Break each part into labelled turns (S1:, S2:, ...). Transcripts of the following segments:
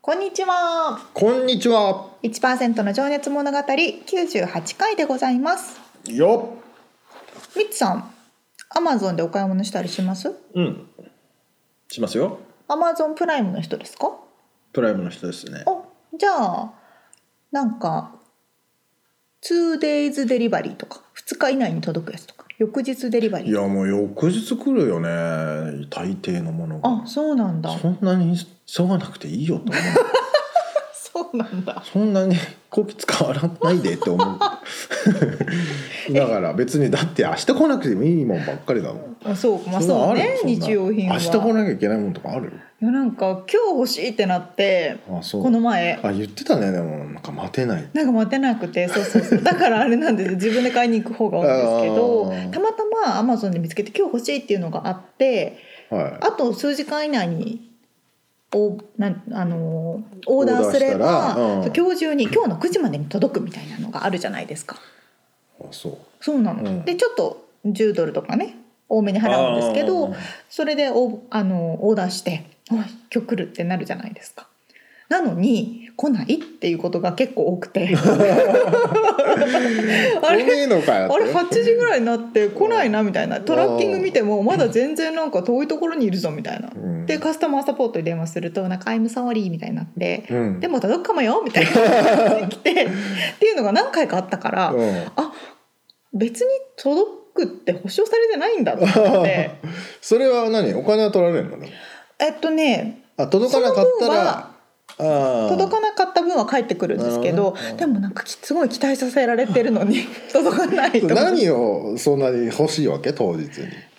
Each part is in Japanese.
S1: こんにちは
S2: こんにちは。
S1: 1%の情熱物語98回でございます
S2: よ
S1: みつさんアマゾンでお買い物したりします
S2: っ。うん。しますよ。
S1: アマゾンプライムの人ですか
S2: プライムの人ですね。
S1: あじゃあなんか 2days デリバリーとか2日以内に届くやつとか翌日デリバリ
S2: い
S1: ー
S2: やもう翌日来るよね。大抵のもの
S1: あ
S2: が。
S1: そうなんだ
S2: そんなに急がなくていいよと思う。
S1: そうなんだ
S2: そんなにこき使わないでって思 う。だから別にだって明日来なくてもいいもんばっかりだもん。
S1: あそうまあ
S2: んな
S1: そ
S2: の
S1: う
S2: る
S1: ね
S2: そんな
S1: 日用品は
S2: 明日来なきゃいけないもんとかある。
S1: いやなんか今日欲しいってなって
S2: あそう。
S1: この前
S2: あ言ってたねでもなんか待てない。
S1: なんか待てなくてそうそう そうだからあれなんですよ自分で買いに行く方が多いんですけ
S2: あ
S1: ど
S2: ー
S1: たまたまアマゾンで見つけて今日欲しいっていうのがあって
S2: はい。
S1: あと数時間以内におなんあのーオーダーすれ
S2: オーダーしたら
S1: ば、
S2: うん
S1: 今日中に今日の9時までに届くみたいなのがあるじゃないですか
S2: あそう。
S1: そうなの、
S2: うん
S1: でちょっと10ドルとかね多めに払うんですけ
S2: あ
S1: ど
S2: ー
S1: それでおあのオーダーして「おい今日来る」ってなるじゃないですか。なのに来ないっていうことが結構多く てあ
S2: 来ね
S1: れ
S2: えのかよって。
S1: あれ8時ぐらいになって来ないなみたいなトラッキング見てもまだ全然なんか遠いところにいるぞみたいな。
S2: うん
S1: でカスタマーサポートに電話すると「なんか I'm sorry」みたいになって
S2: う
S1: 「
S2: ん。
S1: でも届くかもよ」みたいな感 じで来てっていうのが何回かあったから。
S2: うん。
S1: あ別に届くって保証されてないんだと思って
S2: それは何お金は取られるの
S1: えっとね
S2: あ届かなかったら
S1: 届
S2: 届
S1: かなかった分は返ってくるんですけど
S2: なるほどね
S1: でもなんかきすごい期待させられてるのに 届かないと思って
S2: 何をそんなに欲しいわけ当日に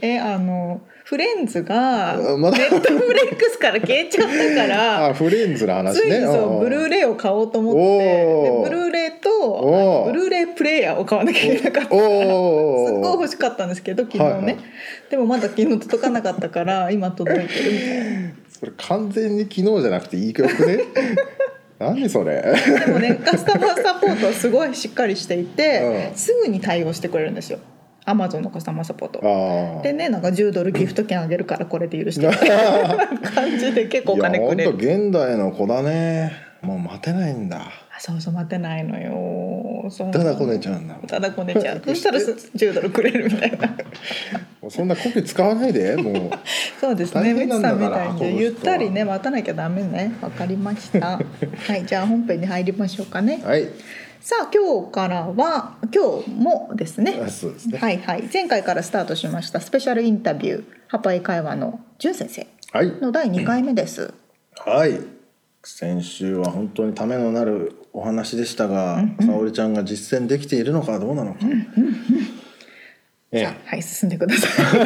S1: えあのフレンズがネ
S2: あまだ
S1: ットフレックスから消えちゃったから
S2: あフレンズの話
S1: つい
S2: ね
S1: にそうブルーレイを買おうと思って
S2: お
S1: で
S2: ー
S1: ブルーレイ
S2: お
S1: と
S2: ー
S1: ブルーレイプレイヤーを買わなきゃいけなかった
S2: お
S1: すっごい
S2: お
S1: 欲しかったんですけど昨日ね、
S2: はいはい
S1: でもまだ昨日届かなかったから今届いてるみたいな。
S2: それ完全に昨日じゃなくていい曲 ね何それ
S1: でもねカスタマーサポートはすごいしっかりしていて、
S2: うん
S1: すぐに対応してくれるんですよアマゾンのカスタマーサポート
S2: あ
S1: でねなんか10ドルギフト券あげるからこれで許 してみたいな感じで結構お
S2: いや
S1: 金く
S2: 本
S1: れ
S2: 当
S1: る
S2: 現代の子だねもう待てないんだ
S1: あそうそう待てないのよそう
S2: ただこねちゃうんだも
S1: ただこねちゃうそしたらす10ドルくれるみたい な
S2: うそんなコピー使わないでも
S1: そうですね
S2: 大
S1: み
S2: 変な
S1: つ
S2: ん
S1: さ
S2: だ
S1: んみ
S2: から
S1: たい
S2: この人
S1: に
S2: は
S1: ゆったりね待たなきゃダメねわかりました はいじゃあ本編に入りましょうかね
S2: うはい
S1: さあ今日からは今日もですね
S2: あそうですね
S1: はいはい、前回からスタートしましたスペシャルインタビュー「ハパイ会話」のじゅん先生
S2: はい
S1: の第2回目です。
S2: はい先週は本当にためのなるお話でしたが、沙織ちゃんが実践できているのかどうなのか、ええ
S1: はい進んでください。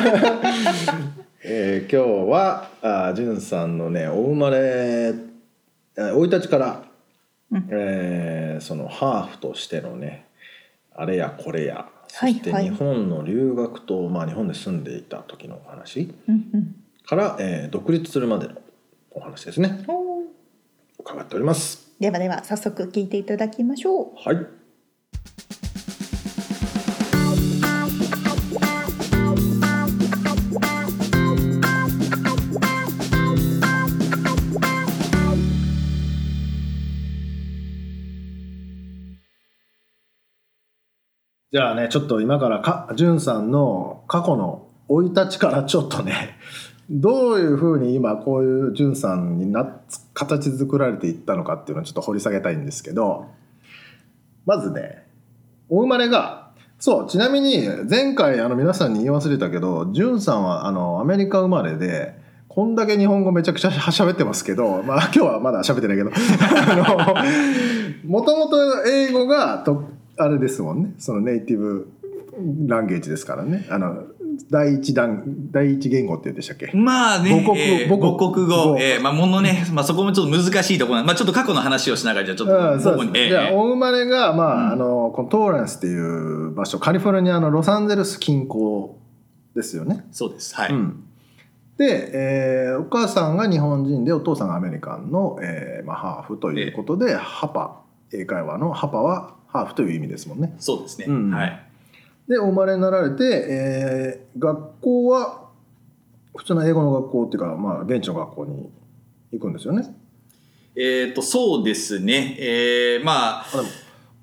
S2: えー今日はあじゅんさんのねお生まれあ生い立ちから、えーそのハーフとしてのねあれやこれやそ
S1: はい
S2: して
S1: はい
S2: 日本の留学と、まあ、日本で住んでいた時のお話
S1: うんうん
S2: から、えー独立するまでのお話ですね
S1: おー
S2: 伺っております。
S1: ではでは早速聞いていただきましょう。
S2: はいじゃあね、ちょっと今からか、じゅんさんの過去の生い立ちからちょっとね、どういうふうに今こういうじゅんさんにな、形作られていったのかっていうのをちょっと掘り下げたいんですけど、まずね、お生まれがそうちなみに前回あの皆さんに言い忘れたけどジュンさんはあのアメリカ生まれでこんだけ日本語めちゃくちゃ喋ってますけど、まあ、今日はまだ喋ってないけどあのもともと英語がとあれですもんねそのネイティブランゲージですからねあの第一弾第一言語って言うんでしたっけ
S3: まあね、
S2: 母国
S3: えー
S2: 母国
S3: 母国語
S2: 語、
S3: えーまあ、ものね、 まあ、そこもちょっと難しいところなんで、まあ、ちょっと過去の話をしながら、じゃあちょっと、
S2: うんそう
S3: こ
S2: で
S3: こ
S2: す
S3: に
S2: ね。
S3: えー
S2: じゃあ、
S3: えー
S2: お生まれが、まあ、
S3: うん
S2: あの、このトーランスっていう場所、カリフォルニアのロサンゼルス近郊ですよね。
S3: そうです。はい。
S2: うんで、えーお母さんが日本人で、お父さんがアメリカンの、えーまあ、ハーフということで、ハパ、英会話のハパはハーフという意味ですもんね。
S3: そうですね。
S2: うん
S3: はい。
S2: で、お生まれになられて、えー学校は、普通の英語の学校っていうか、まあ、現地の学校に行くんですよね。
S3: えっ、と、そうですね。えーまあ、
S2: あでも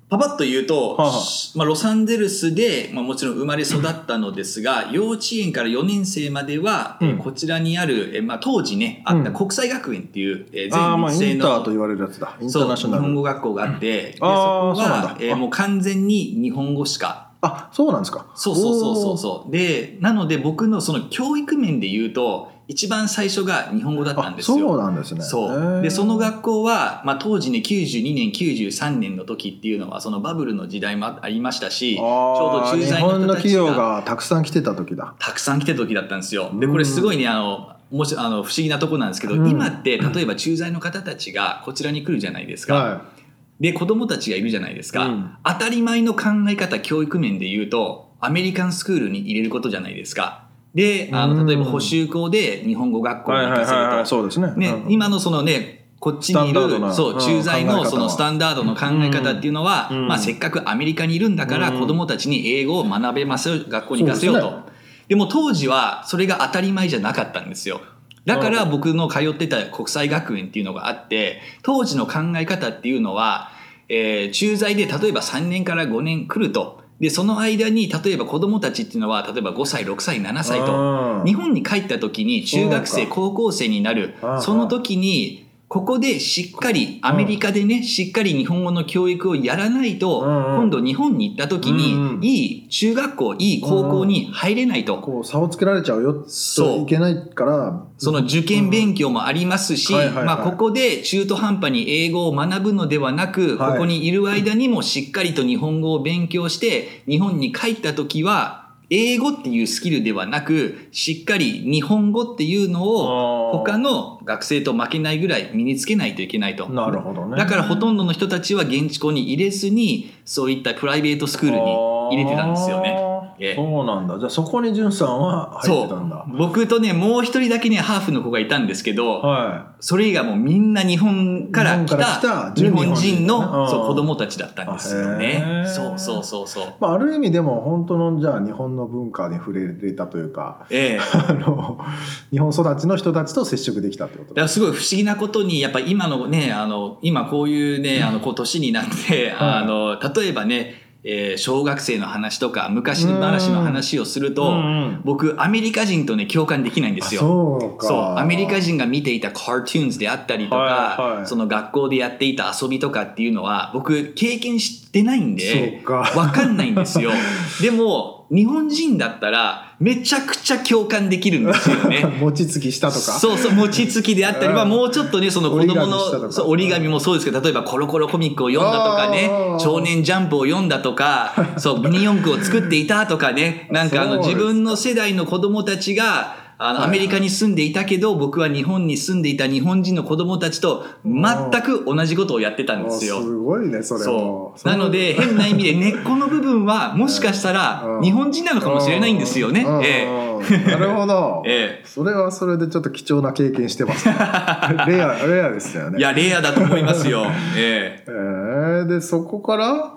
S3: パパッと言うと、
S2: はあはあ
S3: まあ、ロサンゼルスで、まあ、もちろん生まれ育ったのですが、幼稚園から4年生までは、えー
S2: うん
S3: こちらにある、えーまあ、当時ね、あった国際学園っていう、えー
S2: あーまあ、
S3: 全日
S2: イ
S3: 制
S2: ンタ
S3: の、
S2: ーと言われるやつだ。インタ
S3: そ
S2: ー
S3: う
S2: ナ
S3: 日
S2: ショナル。
S3: 本語学校があって、でそこ
S2: あーそうなん
S3: は
S2: だ、
S3: えー
S2: あ
S3: もう完全に日本語しか
S2: あそうなんですか。
S3: そうそうそうそうそうでなので僕のその教育面で言うと一番最初が日本語だ
S2: お
S3: っ
S2: ー
S3: たん
S2: あ
S3: です
S2: そう
S3: よ。
S2: なんですね。
S3: そうでその学校は、まあ、当時ね92年93年の時っていうのはそのバブルの時代もありましたし
S2: ち
S3: ちょうど駐
S2: 日
S3: 在
S2: 本
S3: の
S2: の
S3: 人たち
S2: 企業
S3: が
S2: がたくさん来てた時だ。
S3: たくさん来てた時だったんですよ。でこ
S2: うん
S3: れすごいねあのもしあの不思議なとこなんですけど、
S2: うん
S3: 今って例えば駐在の方たちがこちらに来るじゃないですか、
S2: は
S3: で子供たちがいるじゃないですか、
S2: うん
S3: 当たり前の考え方教育面で言うとアメリカンスクールに入れることじゃないですかであ
S2: う
S3: の
S2: ん
S3: 例えば補習校で日本語学校に行かせると、
S2: そうですね。
S3: ね、今のそのねこっちにい
S2: スタンダードな
S3: るそう
S2: うん
S3: 駐在
S2: 考え方
S3: の
S2: は
S3: そのスタンダードの考え方っていうのは、
S2: うん
S3: まあ、せっかくアメリカにいるんだから
S2: うん
S3: 子供たちに英語を学べますよ学校に行かせよう
S2: そ
S3: と
S2: うです
S3: でも当時はそれが当たり前じゃなかったんですよだから僕の通ってた国際学園っていうのがあって当時の考え方っていうのは、えー駐在で例えば3年から5年来るとでその間に例えば子供たちっていうのは例えば5歳6歳7歳と
S2: と
S3: 日本に帰った時に中学
S2: そう
S3: 生
S2: か
S3: 高校生になる
S2: ああ
S3: その時にここでしっかりアメリカでねしっかり日本語の教育をやらないと
S2: うんうん
S3: 今度日本に行った時
S2: うんうん
S3: にいい中学校いい高校に入れないと
S2: こう差をつけられちゃうよ
S3: そ
S2: と
S3: う
S2: いけないから。
S3: その受験勉強もありますし、
S2: うんはいはいはい
S3: まあ、ここで中途半端に英語を学ぶのではなく、
S2: はい
S3: ここにいる間にもしっかりと日本語を勉強して日本に帰った時は英語っていうスキルではなくしっかり日本語っていうのを
S2: あー
S3: 他の学生と負けないぐらい身につけないといけないと。
S2: なるほどね。
S3: だからほとんどの人たちは現地校に入れずにそういったプライベートスクールに入れてたんですよね。
S2: あー
S3: ええ
S2: そうなんだ。じゃあそこに潤さんは入ってたんだ。
S3: 僕とねもう一人だけねハーフの子がいたんですけど、
S2: は
S3: それ以外もうみんな日本から
S2: 日
S3: 来
S2: 本から来た
S3: た日本人
S2: う
S3: の
S2: ん
S3: そう子供たちだったんですよ
S2: あへ
S3: ね
S2: ー。
S3: そうそうそうそう
S2: い。。まあある意味でも本当のじゃあ日本の文化に触れれたというか、
S3: ええ。だか
S2: あの日本育ちの人たちと接触できたってことだ
S3: らすごい不思議なことにやっぱ今のねあの今こういうねあのこう年になってあの例えばね、えー小学生の話とか昔の話の話をする
S2: う
S3: と
S2: んうん
S3: 僕アメリカ人とね共感できないんですよ。
S2: そうか。
S3: そうアメリカ人が見ていたカートゥーンズであったりとか、
S2: はいはい
S3: その学校でやっていた遊びとかっていうのは僕経験してないんで
S2: そうか
S3: わかんないんですよ でも日本人だったらめちゃくちゃ共感できるんですよね
S2: 餅つきしたとか。
S3: そうそう餅つきであったり、
S2: うん
S3: まあ、もうちょっとねその子
S2: 折り
S3: 供
S2: 紙したとか
S3: のそう折り紙もそうですけど例えば「コロコロコミック」を読んだとか
S2: あ
S3: ね
S2: ー
S3: 「少年ジャンプ」を読んだと かそうミニ四駆を作っていたとかねなんかあ
S2: そ
S3: の
S2: うです
S3: 自分の世代の子供たちがあの
S2: はい
S3: アメリカに住んでいたけど僕は日本に住んでいた日本人の子供たちと全く同じことをやってたんです
S2: お
S3: よ。
S2: すごいね、それ
S3: そ
S2: も。
S3: うなので変な意味で根っこの部分はもしかしたら
S2: うん
S3: 日本人なのかもしれないんですよね
S2: う。ん
S3: ええ。
S2: うんなるほど
S3: ええ
S2: それはそれでちょっと貴重な経験してます、 ね。レア、レアですよね。
S3: いやレアだと思いま すよ。ええ
S2: えーで、そこから、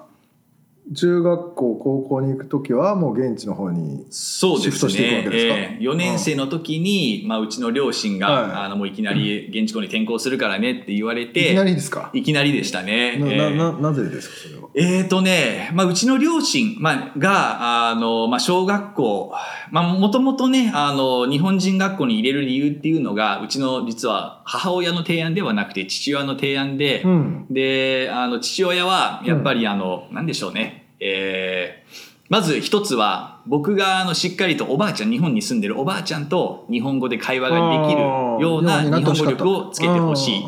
S2: 中学校、高校に行くときは、もう現地の方に。
S3: そうで
S2: シフ
S3: す
S2: トしていくわ
S3: ね
S2: けですか
S3: ええ4年生の時に、うまあ、うちの両親が、
S2: はい
S3: あのもういきなり現地校に転校するからねって言われ
S2: い
S3: て
S2: きなりですか
S3: いきなりでしたね。
S2: な、
S3: ええ
S2: な、な、なぜですか、それは。
S3: えーとね、まあ、うちの両親、まあ、が、あの、まあ、小学校、まあ、もともとね、あの、日本人学校に入れる理由っていうのが、うちの実は母親の提案ではなくて、父親の提案で、
S2: うん。
S3: であの父親はやっぱりあの、なんでしょうね、えーまず一つは僕があのしっかりとおばあちゃん日本に住んでるおばあちゃんと日本語で会話ができるような日本語力をつけてほしい。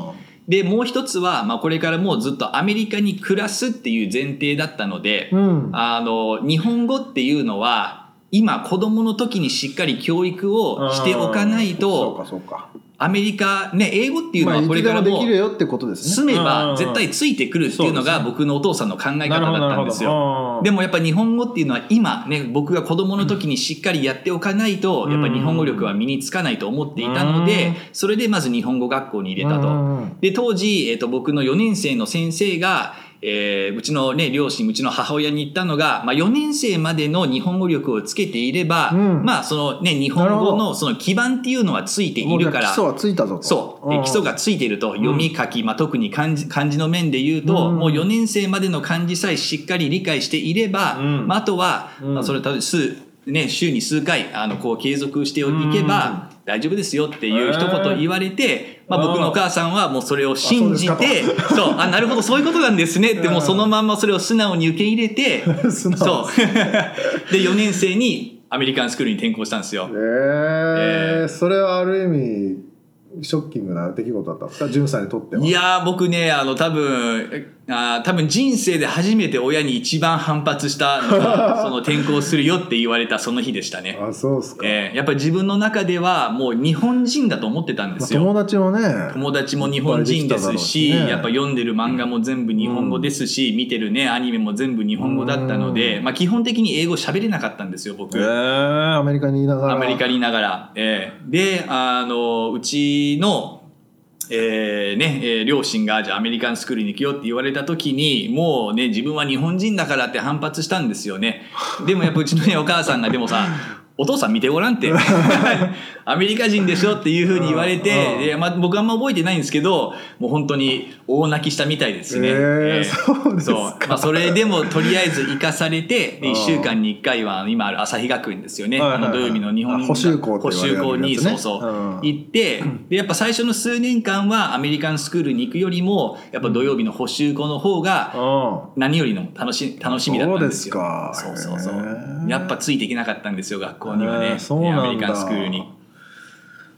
S3: でもう一つは、まあ、これからもうずっとアメリカに暮らすっていう前提だったので、
S2: うん
S3: あの日本語っていうのは今子供の時にしっかり教育をしておかな
S2: そ
S3: い
S2: う
S3: と
S2: かそうか
S3: アメリカね英語っていうの
S2: まあ
S3: はこれから
S2: いつでも
S3: も
S2: できるよってことですね
S3: 住め
S4: う
S3: ば
S4: ん
S3: 絶対ついてくるっていうのが僕のお父さんの考え
S4: なる
S3: 方だ
S4: ほどな
S3: っ
S4: る
S3: た
S4: ほ
S3: んで
S4: ど
S3: すよ。
S4: うん
S3: でもやっぱ日本語っていうのは今ね僕が子供の時にしっかりやっておかないと
S4: うん
S3: やっぱ日本語力は身につかないと思っていたの
S4: うん
S3: でそれでまず日本語学校に入れた
S2: う
S3: と。
S2: んうん
S3: で当時、えっと僕の4年生の先生が、えーうちの、ね、両親うちの母親に言ったのが、まあ、4年生までの日本語力をつけていれば、
S2: うん
S3: まあそのね、日本
S2: なるほ
S3: 語
S2: ど
S3: のその基盤っていうのはついているか
S2: もうじゃあ基
S3: ら
S2: 礎はついたぞと
S3: そう、
S2: う
S3: で
S2: ん
S3: 基礎がついていると読み書き、まあ、特に漢字漢字の面で言うと、
S2: うん
S3: もう4年生までの漢字さえしっかり理解していれば、
S4: うん
S3: まあ、あとは、
S4: うん
S3: まあそれ多分数ね、週に数回あのこう継続していけば大丈夫ですよっていう一言言われて、まあ、僕のお母さんはもうそれを信じ
S2: あそう
S3: てそうあなるほどそういうことなんですねってもうそのまんまそれを素直に受け入れて
S2: 素直
S3: そう で4年生にアメリカンスクールに転校したんですよ。
S2: え
S3: え
S2: ー、
S3: ー
S2: それはある意味ショッキングな出来事だったんですか、ジュンさんにとっては。
S3: いやー僕ねあの多分あー多分人生で初めて親に一番反発した のがその転校するよって言われたその日でしたね、
S2: あ、そうですか。
S3: えーやっぱり自分の中ではもう日本人だと思ってたんで
S2: まあ、
S3: すよ
S2: 友達もね、
S3: 友達も日本人です
S2: い
S3: し、
S2: っぱいできただろうしね
S3: やっぱ読んでる漫画も全部日本語ですし、見てるねアニメも全部日本語だったので、
S2: う
S3: まあ、基本的に英語喋れなかったんですよ僕、
S2: えー、アメリカにいながら。
S3: アメリカにいながら、ええであのうちの、えーねえー両親がじゃあアメリカンスクールに行くよって言われた時にもうね自分は日本人だからって反発したんですよ ねでもやっぱうちの、ね、お母さんがでもさお父さん見てごらんって アメリカ人でしょっていうふうに言われ
S2: うん
S3: て、でまあ、僕あんま覚えてないんですけどもう本当に大泣きしたみたいですね、
S2: えー
S3: ええ
S2: そうですか
S3: そうまあ、それでもとりあえず生かされて
S2: うん
S3: 1週間に1回はあの今ある朝日学院ですよね、
S2: はいはい
S3: あの土曜日の日本
S2: あ補習校と
S3: 補
S2: 言
S3: 習
S2: わ
S3: 校
S2: れる
S3: に
S2: やつね
S3: そうそう、
S2: うん
S3: 行ってでやっぱ最初の数年間はアメリカンスクールに行くよりもやっぱ土曜日の補習校の方が
S2: うん。
S3: 何よりの楽し楽しみだったんですよ
S2: そうですか
S3: そうそうそ
S2: へ
S3: う
S2: ー
S3: やっぱついていけなかったんですよ学校には
S2: へ
S3: ね
S2: ーそうなんだ
S3: アメリカンスクールに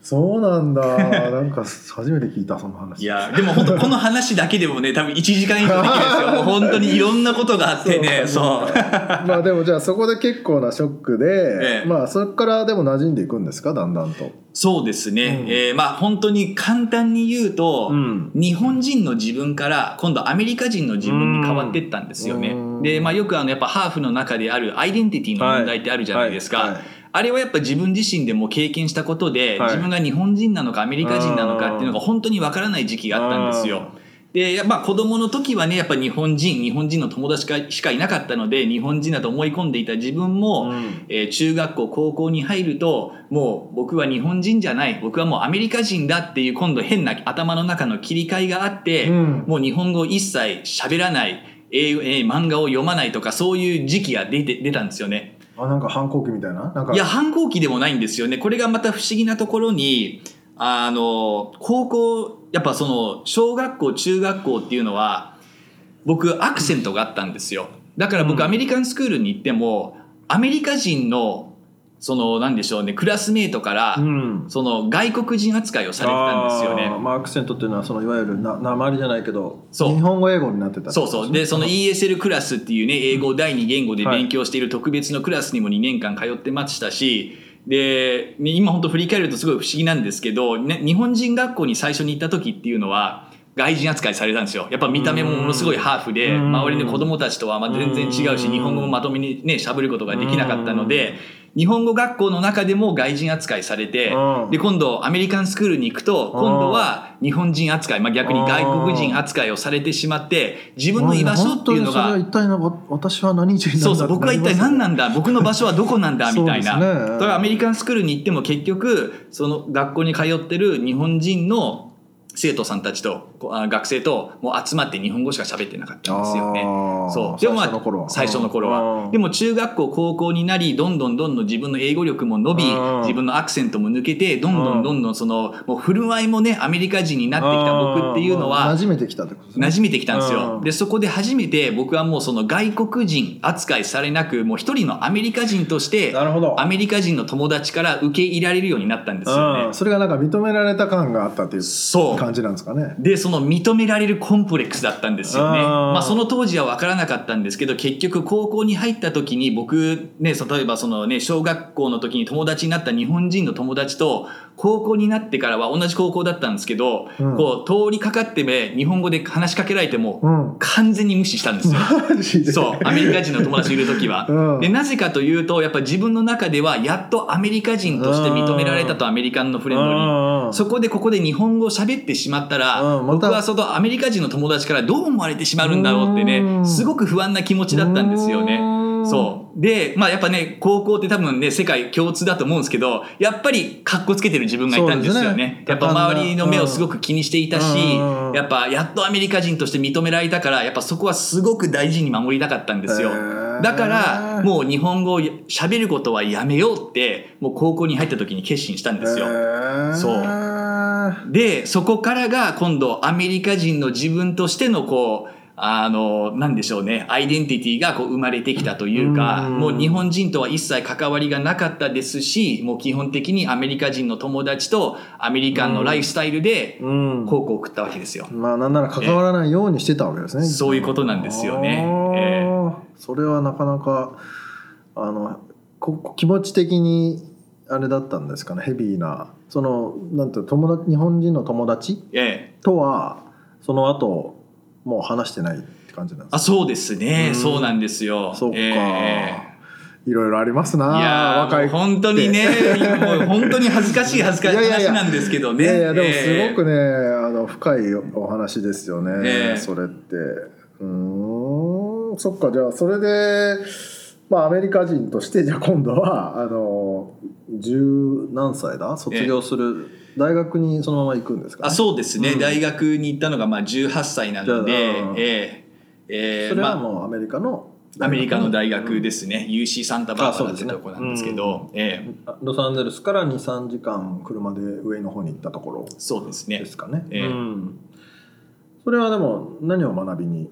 S2: そうなんだ。 なんか初めて聞いたその話。
S3: いやでも本当この話だけでもね多分1時間以上できるん ですよもう本当にいろんなことがあってねそう
S2: まあでもじゃあそこで結構なショックで、
S3: ええ
S2: まあそこからでも馴染んでいくんですかだんだんと。
S3: そうですね、
S2: うん
S3: えーまあ本当に簡単に言うと、
S2: ん。
S3: 日本人の自分から今度アメリカ人の自分に変わってったんですよね。
S2: うん
S3: で、まあ、よくあのやっぱハーフの中であるアイデンティティの問題ってあるじゃないですか。
S2: はいはい
S3: あれはやっぱ自分自身でも経験したことで、
S2: はい
S3: 自分が日本人なのかアメリカ人なのかっていうのが本当にわからない時期があったんですよ。で、やっぱ子供の時はね、やっぱ日本人、日本人の友達しかしかいなかったので、日本人だと思い込んでいた自分も、
S2: うん
S3: えー中学校高校に入るともう僕は日本人じゃない僕はもうアメリカ人だっていう今度変な頭の中の切り替えがあって、
S2: うん
S3: もう日本語を一切喋らない、英語えー漫画を読まないとかそういう時期が出て出たんですよね。
S2: あなんか反抗期みたいななんか
S3: いや反抗期でもないんですよねこれがまた不思議なところにあの高校やっぱその小学校中学校っていうのは僕アクセントがあったんですよだから
S4: うん
S3: 僕アメリカンスクールに行ってもアメリカ人のそのなんでしょうねクラスメートから、
S2: うん。
S3: その外国人扱いをされてたんですよ
S2: あー
S3: ね
S2: まあアクセントっていうのはそのいわゆるな鉛じゃないけど、
S3: そう
S2: 日本語英語になってた。
S3: そうそうでその ESL クラスっていうね英語を第二言語で
S2: はい
S3: 勉強している特別のクラスにも2年間通ってましたしでね今本当振り返るとすごい不思議なんですけど、ね、日本人学校に最初に行った時っていうのは外人扱いされたんですよやっぱ見た目もものすごいハーフで
S2: うん
S3: 周りの子供たちとはまあ全然違うし
S2: うん
S3: 日本語もまとめにね喋ることができなかったので日本語学校の中でも外人扱いされて
S2: うん
S3: で今度アメリカンスクールに行くと今度は日本人扱い、まあ、逆に外国人扱いをされてしまって自分の居場所っていうの
S2: まあ
S3: が
S2: 本当にそれは一体なわ私は何人なんだ
S3: そうそう僕は一体何なんだ僕の場所はどこなんだみたいな、
S2: そうですね
S3: だからアメリカンスクールに行っても結局その学校に通ってる日本人の生徒さんたちとこうあ学生ともう集まって日本語しか喋ってなかったんですよね。
S2: あー
S3: そうでもまあ
S2: 最初の頃は
S3: 最初の頃は。でも中学校高校になりどんどんどんどん自分の英語力も伸び
S4: うん
S3: 自分のアクセントも抜けてどんどんどんどんそのもう振る舞いもねアメリカ人になってきた僕っていうのは
S2: 馴染めてきたってことですね
S3: 馴染めてきたんですよ
S4: う。ん
S3: で、そこで初めて僕はもうその外国人扱いされなく、もう一人のアメリカ人として、
S2: なるほど
S3: アメリカ人の友達から受け入れられるようになったんですよ
S4: う
S3: ね
S4: ん。
S2: それがなんか認められた感があったっていう
S3: そ
S2: 感
S3: う。
S2: じなんですかね
S3: で、その認められるコンプレックスだったんですよね。
S4: うん
S3: まあその当時は分からなかったんですけど、結局高校に入った時に僕、ね、そ例えばそのね、小学校の時に友達になった日本人の友達と、高校になってからは同じ高校だったんですけど、
S2: うん
S3: こう通りかかってめ、日本語で話しかけられても、
S2: うん
S3: 完全に無視したんです よ。
S2: マジで
S3: そう、アメリカ人の友達いるとき は。
S2: うん
S3: で、なぜかというと、やっぱ自分の中では、やっとアメリカ人として認められたと、アメリカンのフレンドに。
S4: うん
S3: そこでここで日本語を喋ってしまったら、
S2: うんまた
S3: 僕はそのアメリカ人の友達からどう思われてしまうんだろうってね、
S2: うん
S3: すごく不安な気持ちだったんですよね。そう。で、まあやっぱね、高校って多分ね、世界共通だと思うんですけど、やっぱり格好つけてる自分がいたんです
S2: そ
S3: よ
S2: うです
S3: ね
S2: ね。
S3: やっぱ周りの目をすごく気にしていたし
S2: うん、
S3: やっぱやっとアメリカ人として認められたから、やっぱそこはすごく大事に守りたかったんですよ
S2: へ。ー
S3: だから、もう日本語を喋ることはやめようって、もう高校に入った時に決心したんですよ。
S2: へー
S3: そうで、そこからが今度アメリカ人の自分としてのこう、あの、なんでしょうね、アイデンティティがこう生まれてきたというか、
S4: うん
S3: もう日本人とは一切関わりがなかったですし、もう基本的にアメリカ人の友達とアメリカンのライフスタイルで
S4: うん
S3: 高校を送ったわけですよ。
S2: まあなんなら関わらないようにしてたわけですね、
S3: そういうことなんですよね
S2: あー
S3: え
S2: それはなかなかあのこ気持ち的にあれだったんですかねヘビーなそのなんていうの友達日本人の友達
S3: ええ。
S2: とはその後もう話してないって感じなんですか
S3: あ、そうですね。
S2: うん
S3: そうなんですよ。
S2: そうか、
S3: ええ
S2: いろいろありますない
S3: やー
S2: 若
S3: もう
S2: い子
S3: 本当にね、もう本当に恥ずかしい恥ずかしい
S2: いやいやいや
S3: 話なんですけどね。
S2: いやいやでも
S3: え
S2: す
S3: え
S2: ごくね、あの深いお話ですよね、
S3: ええ
S2: それってうーんそっかじゃあそれでまあアメリカ人としてじゃあ今度はあの十何歳だ卒業する、大学にそのまま行くんですか、
S3: あそうですね、
S2: うん
S3: 大学に行ったのがまあ18歳なので、
S2: じゃあうん
S3: ええええ
S2: それは
S3: ま
S2: もうアメリカの
S3: あ、アメリカの大学ですね、UC サンタバーバラってとこなんですけどええ
S2: ロサンゼルスから23時間車で上の方に行ったところ
S3: そうですね
S2: ですかね
S3: ええ
S4: うん
S2: それはでも何を学びに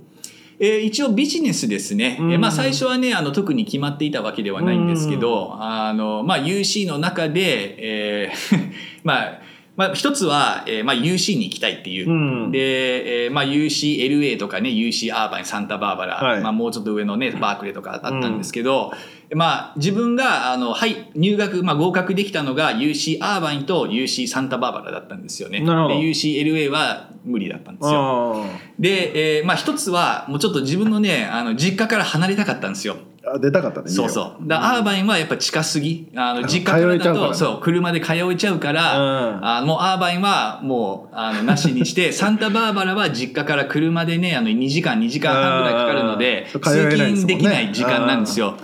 S3: えー一応ビジネスですね、
S4: うん
S3: えーまあ、最初はねあの特に決まっていたわけではないんですけど、あのまあ、UC の中で、えー まあまあ、一つは、えーまあ、UC に行きたいっていう、
S4: うん
S3: で、えーまあ、UCLA とかね UC アーバンサンタバーバラ、
S4: はい
S3: まあ、もうちょっと上のねバークレーとかあったんですけど、まあ、自分があの、はい、入学、まあ、合格できたのが UC アーバンと UC サンタバーバラだったんですよね。
S4: なるほど
S3: で UCLA は無理だったんですよ。
S4: あ
S3: で、えーまあ一つは、もうちょっと自分のね、あの、実家から離れたかったんですよ。
S2: あ出たかったね
S3: そうそう。だアーバンはやっぱ近すぎ。あの、
S2: あ
S3: 実家から
S2: 通えちゃ
S3: だ
S2: うから
S3: と、
S2: ね
S3: そう、車で通えちゃうから、
S4: あ
S3: あもうアーバンはもう、あの、なし にして、サンタバーバラは実家から車でね、あの、2時間、2時間半ぐらいかかるので、
S2: う
S3: 通
S2: ん通えないですもんね
S3: 勤できない時間なんですよ。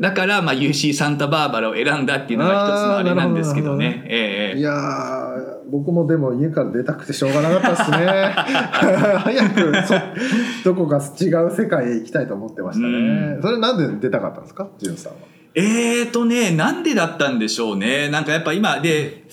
S3: だから、まあ、UC サンタバーバラを選んだっていうのが一つのあれなんですけ
S2: あ
S3: ど
S2: ーな
S3: ね。ええええ
S2: いやー僕もでも家から出たくてしょうがなかったですね 早くそどこか違う世界へ行きたいと思ってましたね、
S3: う
S2: それなんで出たかったんですかジュンさんは
S3: えーとね、なんでだったんでしょうね。なんかやっぱ今で、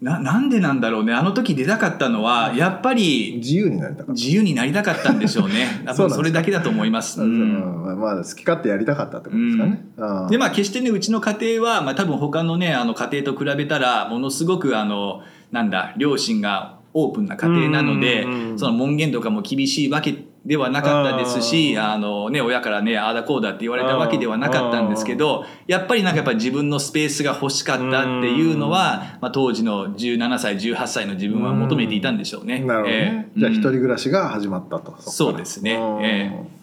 S3: な、なんでなんだろうね。あの時出たかったのは、やっぱり
S2: 自由になりたかった
S3: 自由になりたかったんでしょうね。多 分それだけだと思います。うん
S2: うんまあ、好き勝手やりたかったってことですかね、あー
S3: でまあ決してねうちの家庭は、まあ、多分他のねあの家庭と比べたらものすごくあのなんだ両親がオープンな家庭なので
S4: うんうんうん
S3: その門限とかも厳しいわけではなかったですしあの、ね、親からねああだこうだって言われたわけではなかったんですけどやっぱりなんかやっぱ自分のスペースが欲しかったっていうのは、まあ、当時の17歳18歳の自分は求めていたんでしょうね。
S2: なるほどね、
S3: ええ
S2: じゃあ
S3: うん
S2: 一人暮らしが始まったと
S3: そうですね、
S2: うん
S3: ええ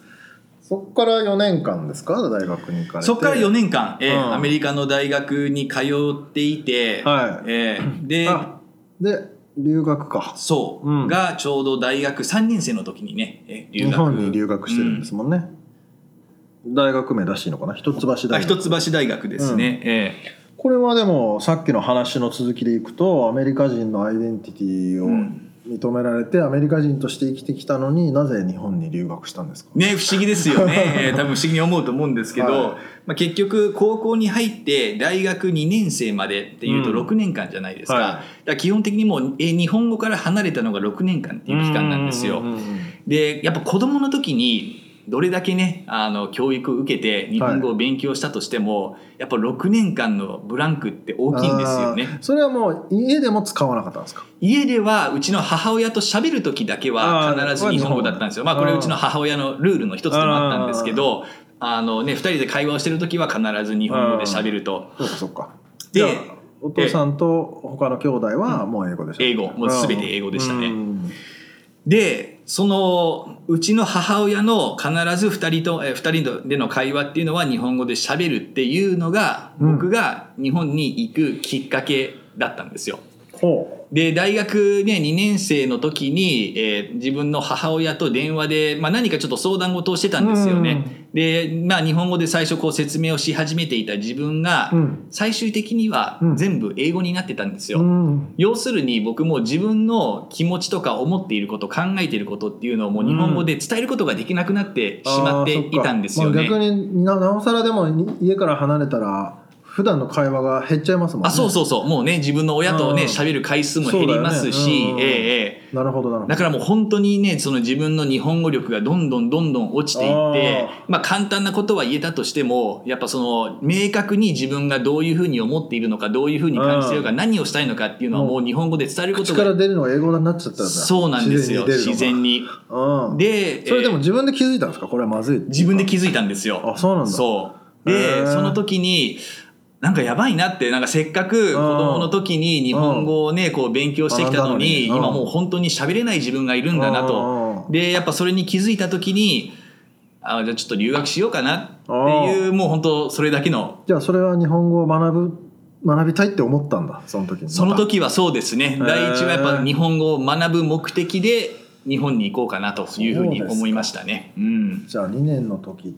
S2: そこから4年間ですか大学に行かれて
S3: そこから4年間、ええ
S4: うん
S3: アメリカの大学に通っていて、
S4: はい
S3: ええで
S2: あで留学か
S3: そう、
S4: うん
S3: がちょうど大学3年生の時にねえ留
S2: 日本に
S3: 学
S2: 留学してるんですもんね、大学名出していいのかな一橋大
S3: あ
S2: 学
S3: 一橋大学ですね、ええ
S2: これはでもさっきの話の続きでいくとアメリカ人のアイデンティティを
S3: うん
S2: 認められてアメリカ人として生きてきたのになぜ日本に留学したんですか
S3: ね、不思議ですよ ね。えー多分不思議に思うと思うんですけど、
S2: はい
S3: まあ、結局高校に入って大学2年生までっていうと
S2: うん
S3: 6年間じゃないですか。
S2: はい
S3: だから基本的にもう、えー日本語から離れたのが6年間っていう期間なんですよ。
S2: うううんうん
S3: でやっぱ子供の時にどれだけねあの教育を受けて日本語を勉強したとしても、やっぱ6年間のブランクって大きいんですよね
S2: あーそれはもう家でも使わなかったんですか
S3: 家ではうちの母親と喋る時だけは
S2: あー
S3: 必ず日本語だったんですよまあこれ
S2: あー
S3: うちの母親のルールの一つでもあったんですけどあのね2人で会話をしてる時は必ず日本語で喋ると
S2: そうかそうか
S3: で
S2: じゃあお父さんと他の兄弟はもう英語でした、
S3: 英語もう全て英語でしたね
S2: うん
S3: でそのうちの母親の必ず2人とえー二人での会話っていうのは日本語で喋るっていうのが
S2: うん
S3: 僕が日本に行くきっかけだったんですよ。
S2: ほ
S3: で大学、ね、2年生の時に、えー自分の母親と電話で、まあ、何かちょっと相談事をしてたんですよね。で、まあ、日本語で最初こう説明をし始めていた自分が
S2: ううん
S3: 最終的には全部英語になってたんですよ。
S2: うん
S3: 要するに僕も自分の気持ちとか思っていること考えていることっていうのをもう日本語で伝えることができなくなってしまっていたんですよ
S2: あー
S3: ね
S2: そっ。かまあ、逆にななおさらでもに家から離れたら普段の会話が減っちゃいますもんね
S3: あそうそうそうもうね自分の親とね
S2: うん
S3: 喋る回数も減りますし、
S2: そうだよねうん
S3: ええええ
S2: なるほどなるほど
S3: だからもう本当にねその自分の日本語力がどんどんどんどん落ちていって
S2: あ
S3: まあ簡単なことは言えたとしてもやっぱその明確に自分がどういうふうに思っているのかどういうふうに感じているか何をしたいのかっていうのはもう日本語で伝えること
S2: 口から
S3: が
S2: 出るのが英語になっちゃったんだ
S3: そうなんですよ自然
S2: に
S3: に。
S2: 出るのがうん
S3: で
S2: それでも
S3: えー
S2: 自分で気づいたんですかこれはまずい
S3: 自分で
S2: づい
S3: 気づいたんですよ
S2: あそうなんだ
S3: そう
S2: へ
S3: で
S2: ー
S3: その時になんかやばいなってなんかせっかく子供の時に日本語をねこう勉強してきたのに
S2: 学んだのに
S3: 今もう本当に喋れない自分がいるんだな
S2: と
S3: とでやっぱそれに気づいた時にあじゃあちょっと留学しようかなっていうもう本当それだけの
S2: じゃあそれは日本語を学ぶ学びたいって思ったんだその時に
S3: その時はそうですね
S2: へー
S3: 第一はやっぱ日本語を学ぶ目的で日本に行こうかなというふうに思いましたね。うん
S2: じゃあ2年の時っ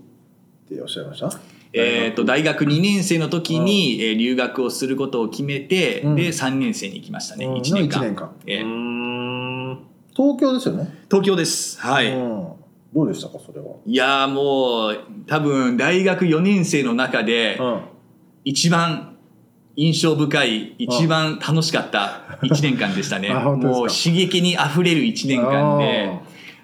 S2: ておっしゃいました
S3: えー、と大学2年生の時に、えー留学をすることを決めて、
S2: うん
S3: で3年生に行きましたね
S2: うん
S3: 1年間
S2: の一間
S3: ええ
S2: うーん東京ですよね、
S3: 東京ですは
S2: う
S3: い、
S2: んどうでしたかそれは、
S3: いやーもう多分大学4年生の中で一番印象深い一番楽しかった1年間でした ね
S2: あ本当
S3: もう
S2: です
S3: 刺激にあふれる1年間で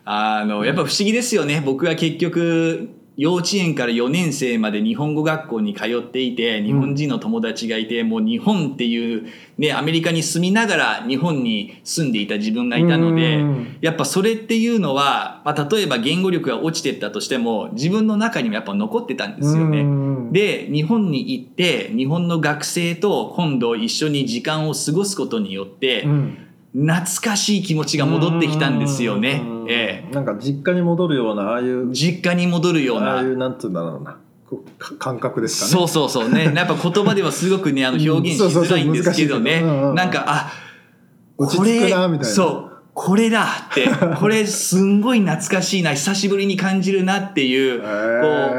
S3: あのやっぱ不思議ですよね僕は結局幼稚園から4年生まで日本語学校に通っていて日本人の友達がいて、もう日本っていう、ね、アメリカに住みながら日本に住んでいた自分がいたので。
S2: うん
S3: やっぱそれっていうのは、まあ、例えば言語力が落ちてったとしても自分の中にもやっぱ残ってたんですよ
S2: う
S3: ね。
S2: ん
S3: で日本に行って日本の学生と今度一緒に時間を過ごすことによって、
S2: うん
S3: 懐かしい気持ちが戻ってきたんですよね
S2: う。ん
S3: ええ
S2: なんか実家に戻るようなああいう
S3: 実家に戻るよう
S2: あ
S3: な
S2: あいうなんつうんだろうなこうか感覚ですかね
S3: そうそうそ うねやっぱ言葉ではすごくねあの
S2: うん
S3: 表現しづらいんですけど
S2: そ
S3: ね
S2: うそうそう難しいけどうんうんうん
S3: なんかあ
S2: 落ち
S3: これ
S2: 着くなみたいな
S3: そうこれだってこれすんごい懐かしいな久しぶりに感じるなっていう
S2: へ
S3: こ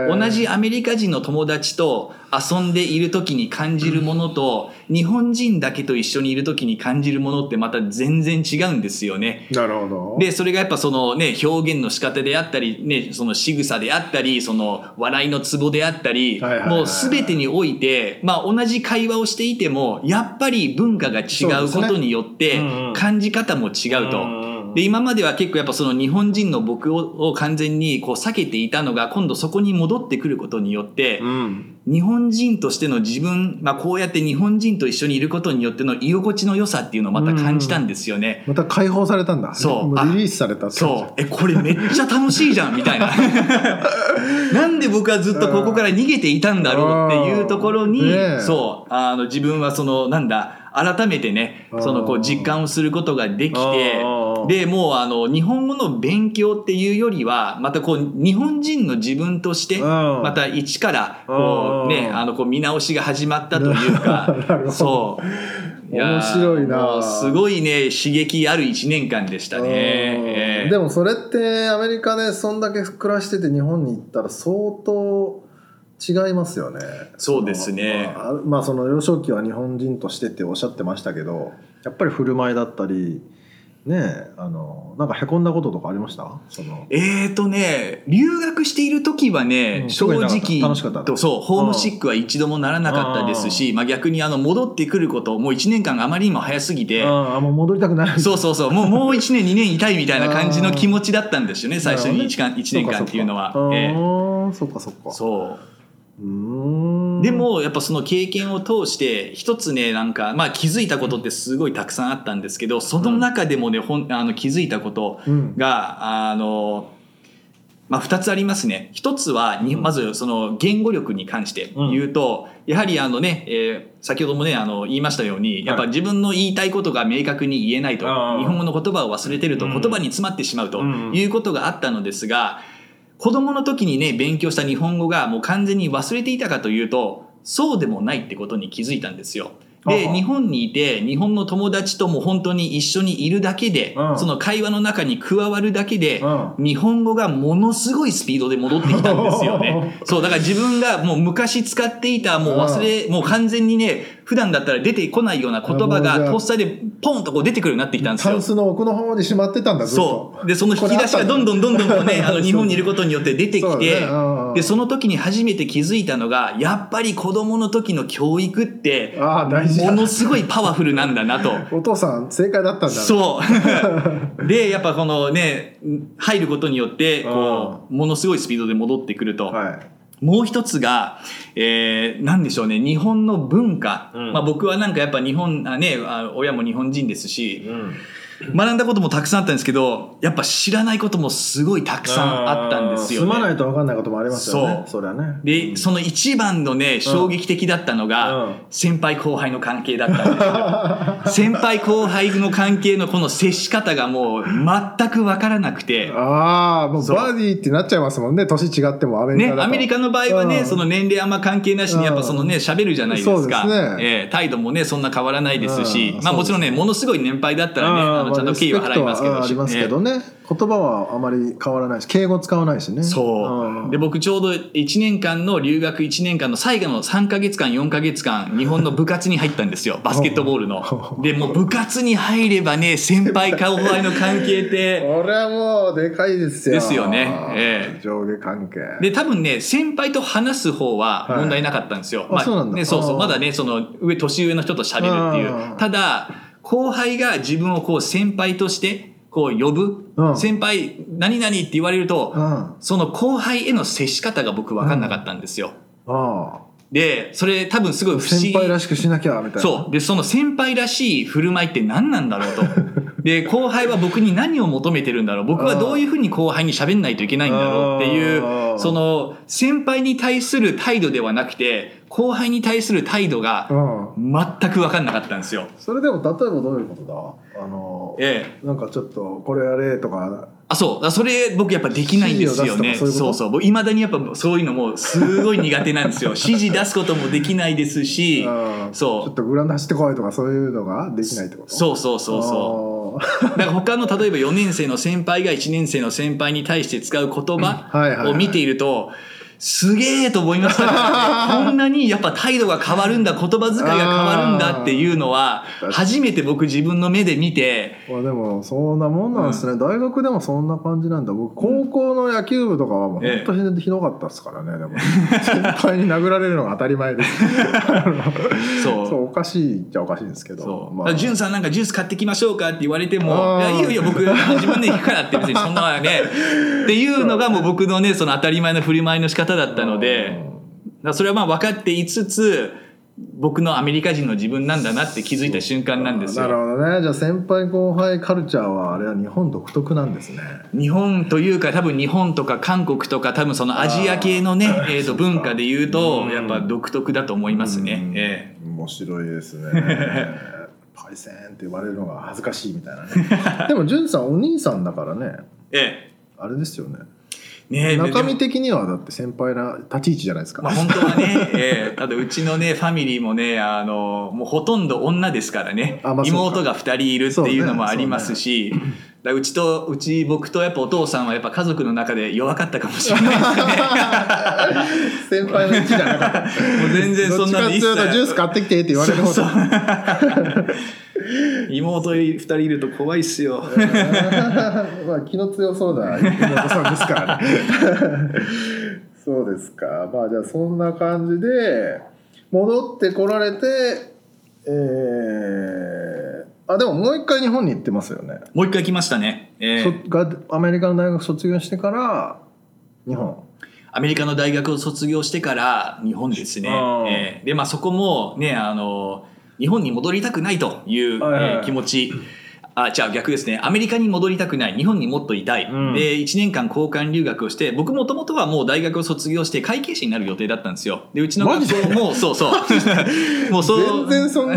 S2: ー
S3: う同じアメリカ人の友達と遊んでいる時に感じるものと日本人だけと一緒にいる時に感じるものってまた全然違うんですよね。
S2: なるほど
S3: でそれがやっぱそのね表現の仕方であったりねその仕草であったりその笑いのツボであったり
S2: はいはいはいはい
S3: もう全てにおいてまあ同じ会話をしていてもやっぱり文化が違う
S2: そう
S3: こ
S2: です
S3: と
S2: ね
S3: によって
S2: うんうん
S3: 感じ方も違うと。
S2: ん
S3: で今までは結構やっぱその日本人の僕をを完全にこう避けていたのが今度そこに戻ってくることによって
S2: うん
S3: 日本人としての自分、まあ、こうやって日本人と一緒にいることによっての居心地の良さっていうのをまた感じたんですよね。
S2: また解放されたんだ
S3: そう
S2: も
S3: あ
S2: うリリースされたって感じ
S3: そうえこれめっちゃ楽しいじゃんみたいな なんで僕はずっとここから逃げていたんだろうっていうところに、
S2: うんねえ
S3: そうあの自分はそのなんだ改めてねそのこ
S2: う
S3: うん実感をすることができて
S2: うん
S3: でもうあの日本語の勉強っていうよりはまたこう日本人の自分として
S2: うん
S3: また一からこう
S2: うん
S3: ねあのこう見直しが始まったというか
S2: なるほど
S3: そうやー
S2: 面白いな
S3: もうすごいね刺激ある1年間でしたね。え
S2: う
S3: え
S2: んでもそれってアメリカでそんだけ暮らしてて日本に行ったら相当違いますよね
S3: そうですね
S2: まあ、まあその幼少期は日本人としてっておっしゃってましたけどやっぱり振る舞いだったりねあのなんかへこんだこととかありましたその
S3: えーとね、留学している時はね、
S2: うん
S3: 正
S2: 特に
S3: 直
S2: なかった楽しかった
S3: そう、ホームシックは一度もならなかったですし、まあ、逆にあの戻ってくること、もう1年間があまりにも早すぎて、
S2: ああもう戻りたくない
S3: そうそうそう、もうもう1年、2年いたいみたいな感じの気持ちだったんですよね、最初
S2: なるほど
S3: に
S2: ね
S3: 1, 間一年間っていうのは。
S2: そうか
S3: え
S2: そ
S3: え
S2: うかあーそっかそっか
S3: そう
S2: うーん
S3: でもやっぱその経験を通して一つねなんかまあ気づいたことってすごいたくさんあったんですけどその中でもね、ほんあの気づいたこと
S2: うん
S3: があの、まあ、2つありますね一つはに
S2: うん
S3: まずその言語力に関して言うと、やはりあのね、えー先ほどもねあの言いましたようにやっぱ自分の言いたいことが明確に言えないと、
S2: あー
S3: 日本語の言葉を忘れてると
S2: う
S3: 言
S2: ん
S3: 葉に詰まってしまうと
S2: うん
S3: いうことがあったのですが、子供の時にね勉強した日本語がもう完全に忘れていたかというとそうでもないってことに気づいたんですよ。で
S2: ああ
S3: 日本にいて日本の友達とも本当に一緒にいるだけで、
S2: うん
S3: その会話の中に加わるだけで、
S2: うん
S3: 日本語がものすごいスピードで戻ってきたんですよ ね。そう、だから自分がもう昔使っていた、もう忘れ、もう完全にね、普段だったら出てこないような言葉
S2: あもうじ
S3: が
S2: ゃあ
S3: とっさでポンとこう出てくるようになってきたんです
S2: タ
S3: よ
S2: ン。スの奥の方にしまってたんだずっ
S3: そ
S2: と
S3: う。で、その引き出しがどんどんどんどんこうね、 あの日本にいることによって出て
S2: そ
S3: き
S2: うだ
S3: て
S2: ねうんうん、
S3: で、その時に初めて気づいたのが、やっぱり子供の時の教育って、
S2: ああ大事だ
S3: ものすごいパワフルなんだなと。
S2: お父さん正解だったんだ
S3: そう。で、やっぱこのね、入ることによって、こう、ものすごいスピードで戻ってくると。
S2: はい
S3: もう一つが、えー、なんでしょうね、日本の文化。
S2: うん
S3: まあ僕はなんかやっぱ日本、あね、あ親も日本人ですし、
S2: うん
S3: 学んだこともたくさんあったんですけど、やっぱ知らないこともすごいたくさんあったんですよ、ね。
S2: あー住まないと分かんないこともありますよね
S3: そ
S2: そ
S3: う
S2: れはね
S3: で、その一番のね、衝撃的だったのが、
S2: うん
S3: 先輩後輩の関係だったんです よ。先輩後輩の関係のこの接し方がもう全くわからなくて、
S2: ああもう
S3: そう
S2: バーディーってなっちゃいますもんね年違ってもアメリ
S3: ね、
S2: カだと
S3: アメリカの場合はね、
S2: うん
S3: その年齢あんま関係なしに、やっぱそのね、喋るじゃないですか。
S2: そうですね
S3: ええ態度もね、そんな変わらないですし
S2: う、んそうで
S3: まあ
S2: す
S3: もちろんね、ものすごい年配だったらね、
S2: あ
S3: あ
S2: あ
S3: のちゃんと敬意は払いますけ
S2: まあリ
S3: ど
S2: スペクトはありますけ
S3: え
S2: どね、言葉はあまり変わらないし敬語使わないしね
S3: えそう。で、僕ちょうど1年間の留学1年間の最後の3ヶ月間、4ヶ月間、日本の部活に入った んですよ。バスケットボールの。で、もう部活に入ればね、先輩後輩の関係って、
S2: これはもうでかいですよ
S3: ですよねええ
S2: 上下関係
S3: で多分ね先輩と話す方は問題なかったんですよ、
S2: いあそうなんだ
S3: ね、そうそう
S2: あー
S3: まだねその上年上の人と喋るっていう
S2: あー
S3: ただ後輩が自分をこう先輩としてこう呼ぶ、
S2: うん
S3: 先輩何々って言われると、
S2: うんあ
S3: その後輩への接し方が僕分かんなかったんですよ、
S2: あ
S3: でそれ多分すごい不思議
S2: 先輩らしくしなきゃみたいな
S3: そうでその先輩らしい振る舞いって何なんだろうと で後輩は僕に何を求めてるんだろう僕はどういうふうに後輩に喋んないといけないんだろうってい
S2: あ
S3: う
S2: ー
S3: その先輩に対する態度ではなくて後輩に対する態度が
S2: うん
S3: 全く分かんなかったんですよ。
S2: それでも例えばどういうことだあの
S3: ええ、
S2: なんかちょっとこれやれとか
S3: あそうあそれ僕やっぱできないんですよね
S2: 指示を出すとかそういうこと
S3: そうそう僕いまだにやっぱそういうのもすごい苦手なんですよ指示出すこともできないですし
S2: うん
S3: そう
S2: ちょっとグラウンド走ってこいとかそういうのができないってこと
S3: そうそうそうそう
S2: う
S3: なんか他の例えば4年生の先輩が1年生の先輩に対して使う言
S2: はいはい
S3: 葉
S2: はい
S3: を見ていると、すげえと思い ましたね、こんなにやっぱ態度が変わるんだ、言葉遣いが変わるんだっていうのは
S2: あー、
S3: 初めて僕自分の目で見て、
S2: まあでもそんなもんなんですね、大学でもそんな感じなんだ僕高校の野球部とかはもう
S3: ええ
S2: 本当にひどかったですからね、 でも先輩に殴られるのが当たり前です
S3: そう。
S2: そうおかしいっちゃおかしいんですけ
S3: そ
S2: ど
S3: う。
S2: ま
S3: だ
S2: あ
S3: から、潤さんなんかジュース買ってきましょうかって言われても、
S2: あ
S3: いや
S2: ー
S3: いいよいいよ、僕、自分で行くからって別にそん なわね。っていうのがもう僕のね、その当たり前の振る舞いの仕方だったので、
S2: うん
S3: だからそれはまあ分かっていつつ、僕のアメリカ人の自分なんだなって気づいた瞬間なんです
S2: なる
S3: よ。
S2: ほどねじゃあ先輩後輩カルチャーはあれは日本独特なんですね
S3: 日本というか多分日本とか韓国とか多分そのアジア系のね、えー、と文化で言うと
S2: うん
S3: やっぱ独特だと思いますね。
S2: うん
S3: え
S2: 面白いです ねパイセンって言われるのが恥ずかしいみたいな ねでも潤さんお兄さんだからね
S3: ええ
S2: あれですよね
S3: えねえ
S2: 中
S3: でも
S2: 身的にはだって先輩な立ち位置じゃないですか、
S3: まあ、本当はね、えー、ただうちのね、ファミリーもね、あの、もうほとんど女ですからね、
S2: あまあそうか
S3: 妹が2人いるっていうのもありますし、だうちとうち僕とやっぱお父さんはやっぱ家族の中で弱かったかもしれないですね
S2: 先輩の位置じゃなかった
S3: もう全然そんな
S2: どっ
S3: の
S2: ち
S3: 一
S2: かっていうとジュー
S3: 切
S2: ス買ってきてって言われるほど
S3: そう 妹2人いると怖いっすよ
S2: まあ気の強そうな妹さんですからねそうですかまあじゃあそんな感じで戻ってこられてえー、あでももう一回日本に行ってますよね、
S3: もう一回来ましたね、え
S2: そ
S3: ー
S2: がアメリカの大学卒業してから日本
S3: アメリカの大学を卒業してから日本ですね
S2: あー、
S3: えーでまあそこもねあの日本に戻りたくないという、
S2: はいはいはい
S3: えー気持ちあじゃあ逆ですねアメリカに戻りたくない日本にもっといたい、
S2: うん
S3: で1年間交換留学をして僕もともとはもう大学を卒業して会計士になる予定だったんですよでうちの
S2: マジ
S3: 学
S2: で
S3: 校もそ うそうもうそう
S2: 全然そん な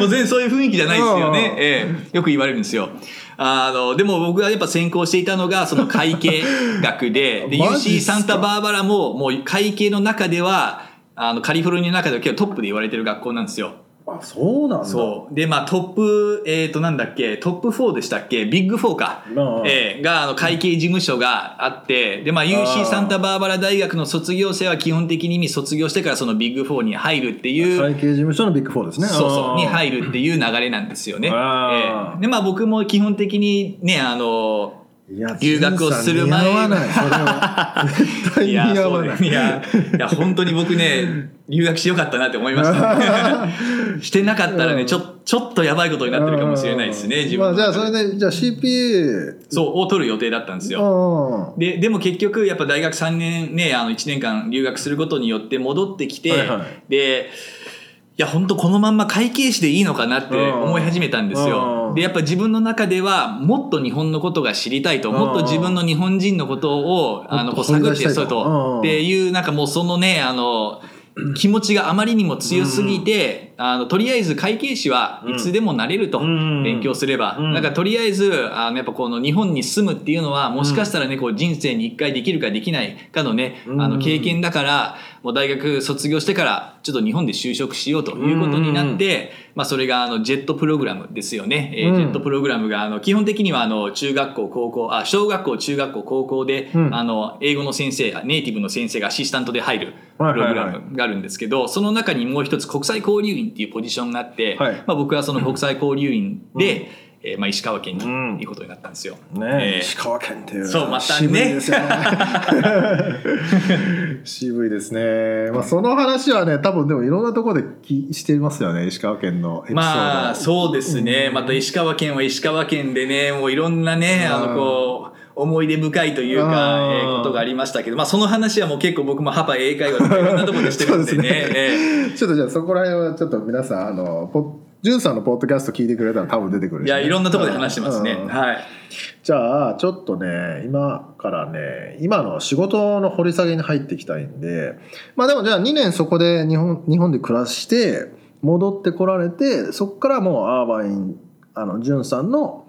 S3: もう全然そういう雰囲気じゃないですよ
S2: う
S3: ね
S2: ん。
S3: ええよく言われるんですよ。あの、でも僕がやっぱ専攻していたのが、その会 計学で、で、
S2: マジっ
S3: UC
S2: すか
S3: サンタバーバラも、もう会計の中では、あの、カリフォルニアの中では結構トップで言われてる学校なんですよ。
S2: あそうなんだ
S3: そう。で、まあトップ、えっ、と、なんだっけ、トップ4でしたっけ、ビッグ4か。
S2: まあ
S3: ええが、あの、会計事務所があって、で、まあ、
S2: あー
S3: UC サンタバーバラ大学の卒業生は基本的に卒業してからそのビッグ4に入るっていう、
S2: 会計事務所のビッグフォーですね
S3: そうそう。に
S2: い
S3: 入るっていう流れなんですよね。え
S2: あー
S3: えで、まあ僕も基本的にね、あの、
S2: いや
S3: 留学をする前
S2: 似合わないそれは絶対
S3: い
S2: 似
S3: や、
S2: 合
S3: そ
S2: わ
S3: う
S2: な
S3: ね
S2: い
S3: いや、いや本当に 僕ね、留学してよかったなって思いました、ね。してなかったら
S2: う
S3: ね、
S2: ん
S3: ちょ、ちょっとやばいことになってるかもしれないですね、自分
S2: まあ、
S3: の
S2: じゃ
S3: 中
S2: あそ
S3: で
S2: れでじゃあ CPA
S3: そう、を取る予定だったんですよ。
S2: うんうん
S3: ででも結局やっぱ大学3年ねあの1年間留学することによって戻ってきて、
S2: はいはい
S3: でいや本当このまんま会計士でいいのかなって
S2: うん
S3: 思い始めたんです
S2: うん
S3: よ。でやっぱ自分の中ではもっと日本のことが知りたいと
S2: うん
S3: もっと自分の日本人のことをあのこう
S2: もっと掘り
S3: 探っ
S2: 出した
S3: て
S2: いと
S3: そ
S2: う
S3: う
S2: ん
S3: とっていうなんかもうそのねあの気持ちがあまりにも強すぎて、あのとりあえず会計士はいつでもなれると、
S2: うん
S3: 勉強すれば、
S2: うん
S3: なんかとりあえずあのやっぱこの日本に住むっていうのはもしかしたらね、こう人生に一回できるかできないかのね、
S2: うん
S3: あの経験だからもう大学卒業してからちょっと日本で就職しようということになって、まあ、それがあのジェットプログラムですよね、えー
S2: うん
S3: ジェットプログラムがあの基本的にはあの中学校高校あ小学校中学校高校で、
S2: うん
S3: あの英語の先生ネイティブの先生がアシスタントで入るプ
S2: はい
S3: ロ
S2: はい
S3: グ
S2: はい
S3: ラムがあるんですけど、その中にもう一つ国際交流員っていうポジションがあって、
S2: はい
S3: まあ、僕はその国際交流員で、えーまあ、石川県に
S2: うん
S3: 行くことになったんですよ。
S2: ね
S3: えー
S2: 石川県っていう
S3: そうまた
S2: 渋
S3: ね
S2: いですよね 渋いですね、まあ、その話はね多分でもいろんなところできしてますよね石川県のエピソード、
S3: まあそうですね、また石川県は石川県でねもういろんなね
S2: うん
S3: あのこう思い出深いというか、
S2: うん
S3: えーことがありましたけど、まあ、その話はもう結構僕もハパ英会話とかいろんなところでしてるんで
S2: そう
S3: ね
S2: ですね
S3: えー
S2: ちょっとじゃあそこら辺はちょっと皆さんあのポジュンさんのポッドキャスト聞いてくれたら多分出てくる
S3: いやいろんなところで話してますね、
S2: うん
S3: はい
S2: じゃあちょっとね今からね今の仕事の掘り下げに入っていきたいんでまあでもじゃあ2年そこで日本日本で暮らして戻ってこられてそこからもうアーバインあのジュンさんの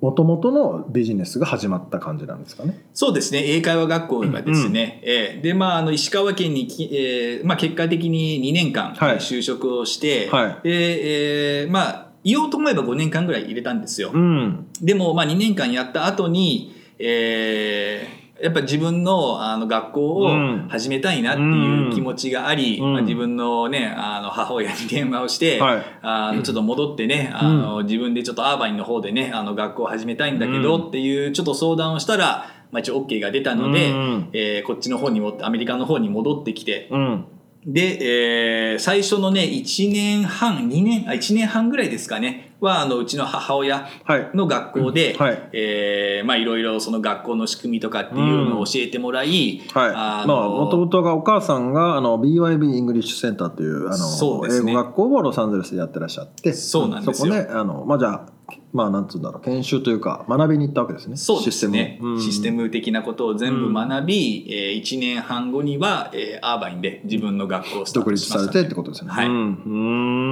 S2: もともとのビジネスが始まった感じなんですかね。
S3: そうですね英会話学校がですね、ええでまああの石川県にき、えーまあ、結果的に2年間
S2: はい
S3: 就職をして、
S2: は
S3: でえーまあ言おうと思えば5年間ぐらい入れたんですよ、
S2: ん、
S3: でもまあ2年間やった後に、えーやっぱ自分のあの学校を
S2: うん
S3: 始めたいなっていう気持ちがあり、
S2: うん
S3: まあ、自分の,、ね、あの母親に電話をして、
S2: はい
S3: あのちょっと戻ってね、あの自分でちょっとアーバインの方でねあの学校を始めたいんだけど、
S2: うん
S3: っていうちょっと相談をしたら、まあ、一応 OK が出たので、
S2: うん
S3: えーこっちの方にもアメリカの方に戻ってきて
S2: うん
S3: で、えー最初のね1年半2年あ1年半ぐらいですかねはあのうちの母親
S2: はい
S3: の学校で、
S2: はい
S3: えーまあいろいろその学校の仕組みとかっていうのを教えてもらい、
S2: はい、
S3: あ
S2: ま
S3: の
S2: あもともとがお母さんがあの BYB イングリッシュセンターというあの
S3: そうです
S2: 英
S3: ね
S2: 語学校をロサンゼルスでやってらっしゃって
S3: そうなんです
S2: そ
S3: よ
S2: こねあのまあじゃあまあなんつうんだろう研修というか学びに行ったわけですね
S3: そうですねシス
S2: システムをうん
S3: テム的なことを全部学び、えー、1年半後には、えーアーバインで自分の学校をスタ
S2: 独
S3: ート
S2: 立
S3: しま
S2: され
S3: してた、
S2: っ
S3: ね
S2: てことですよね
S3: はい
S2: うんう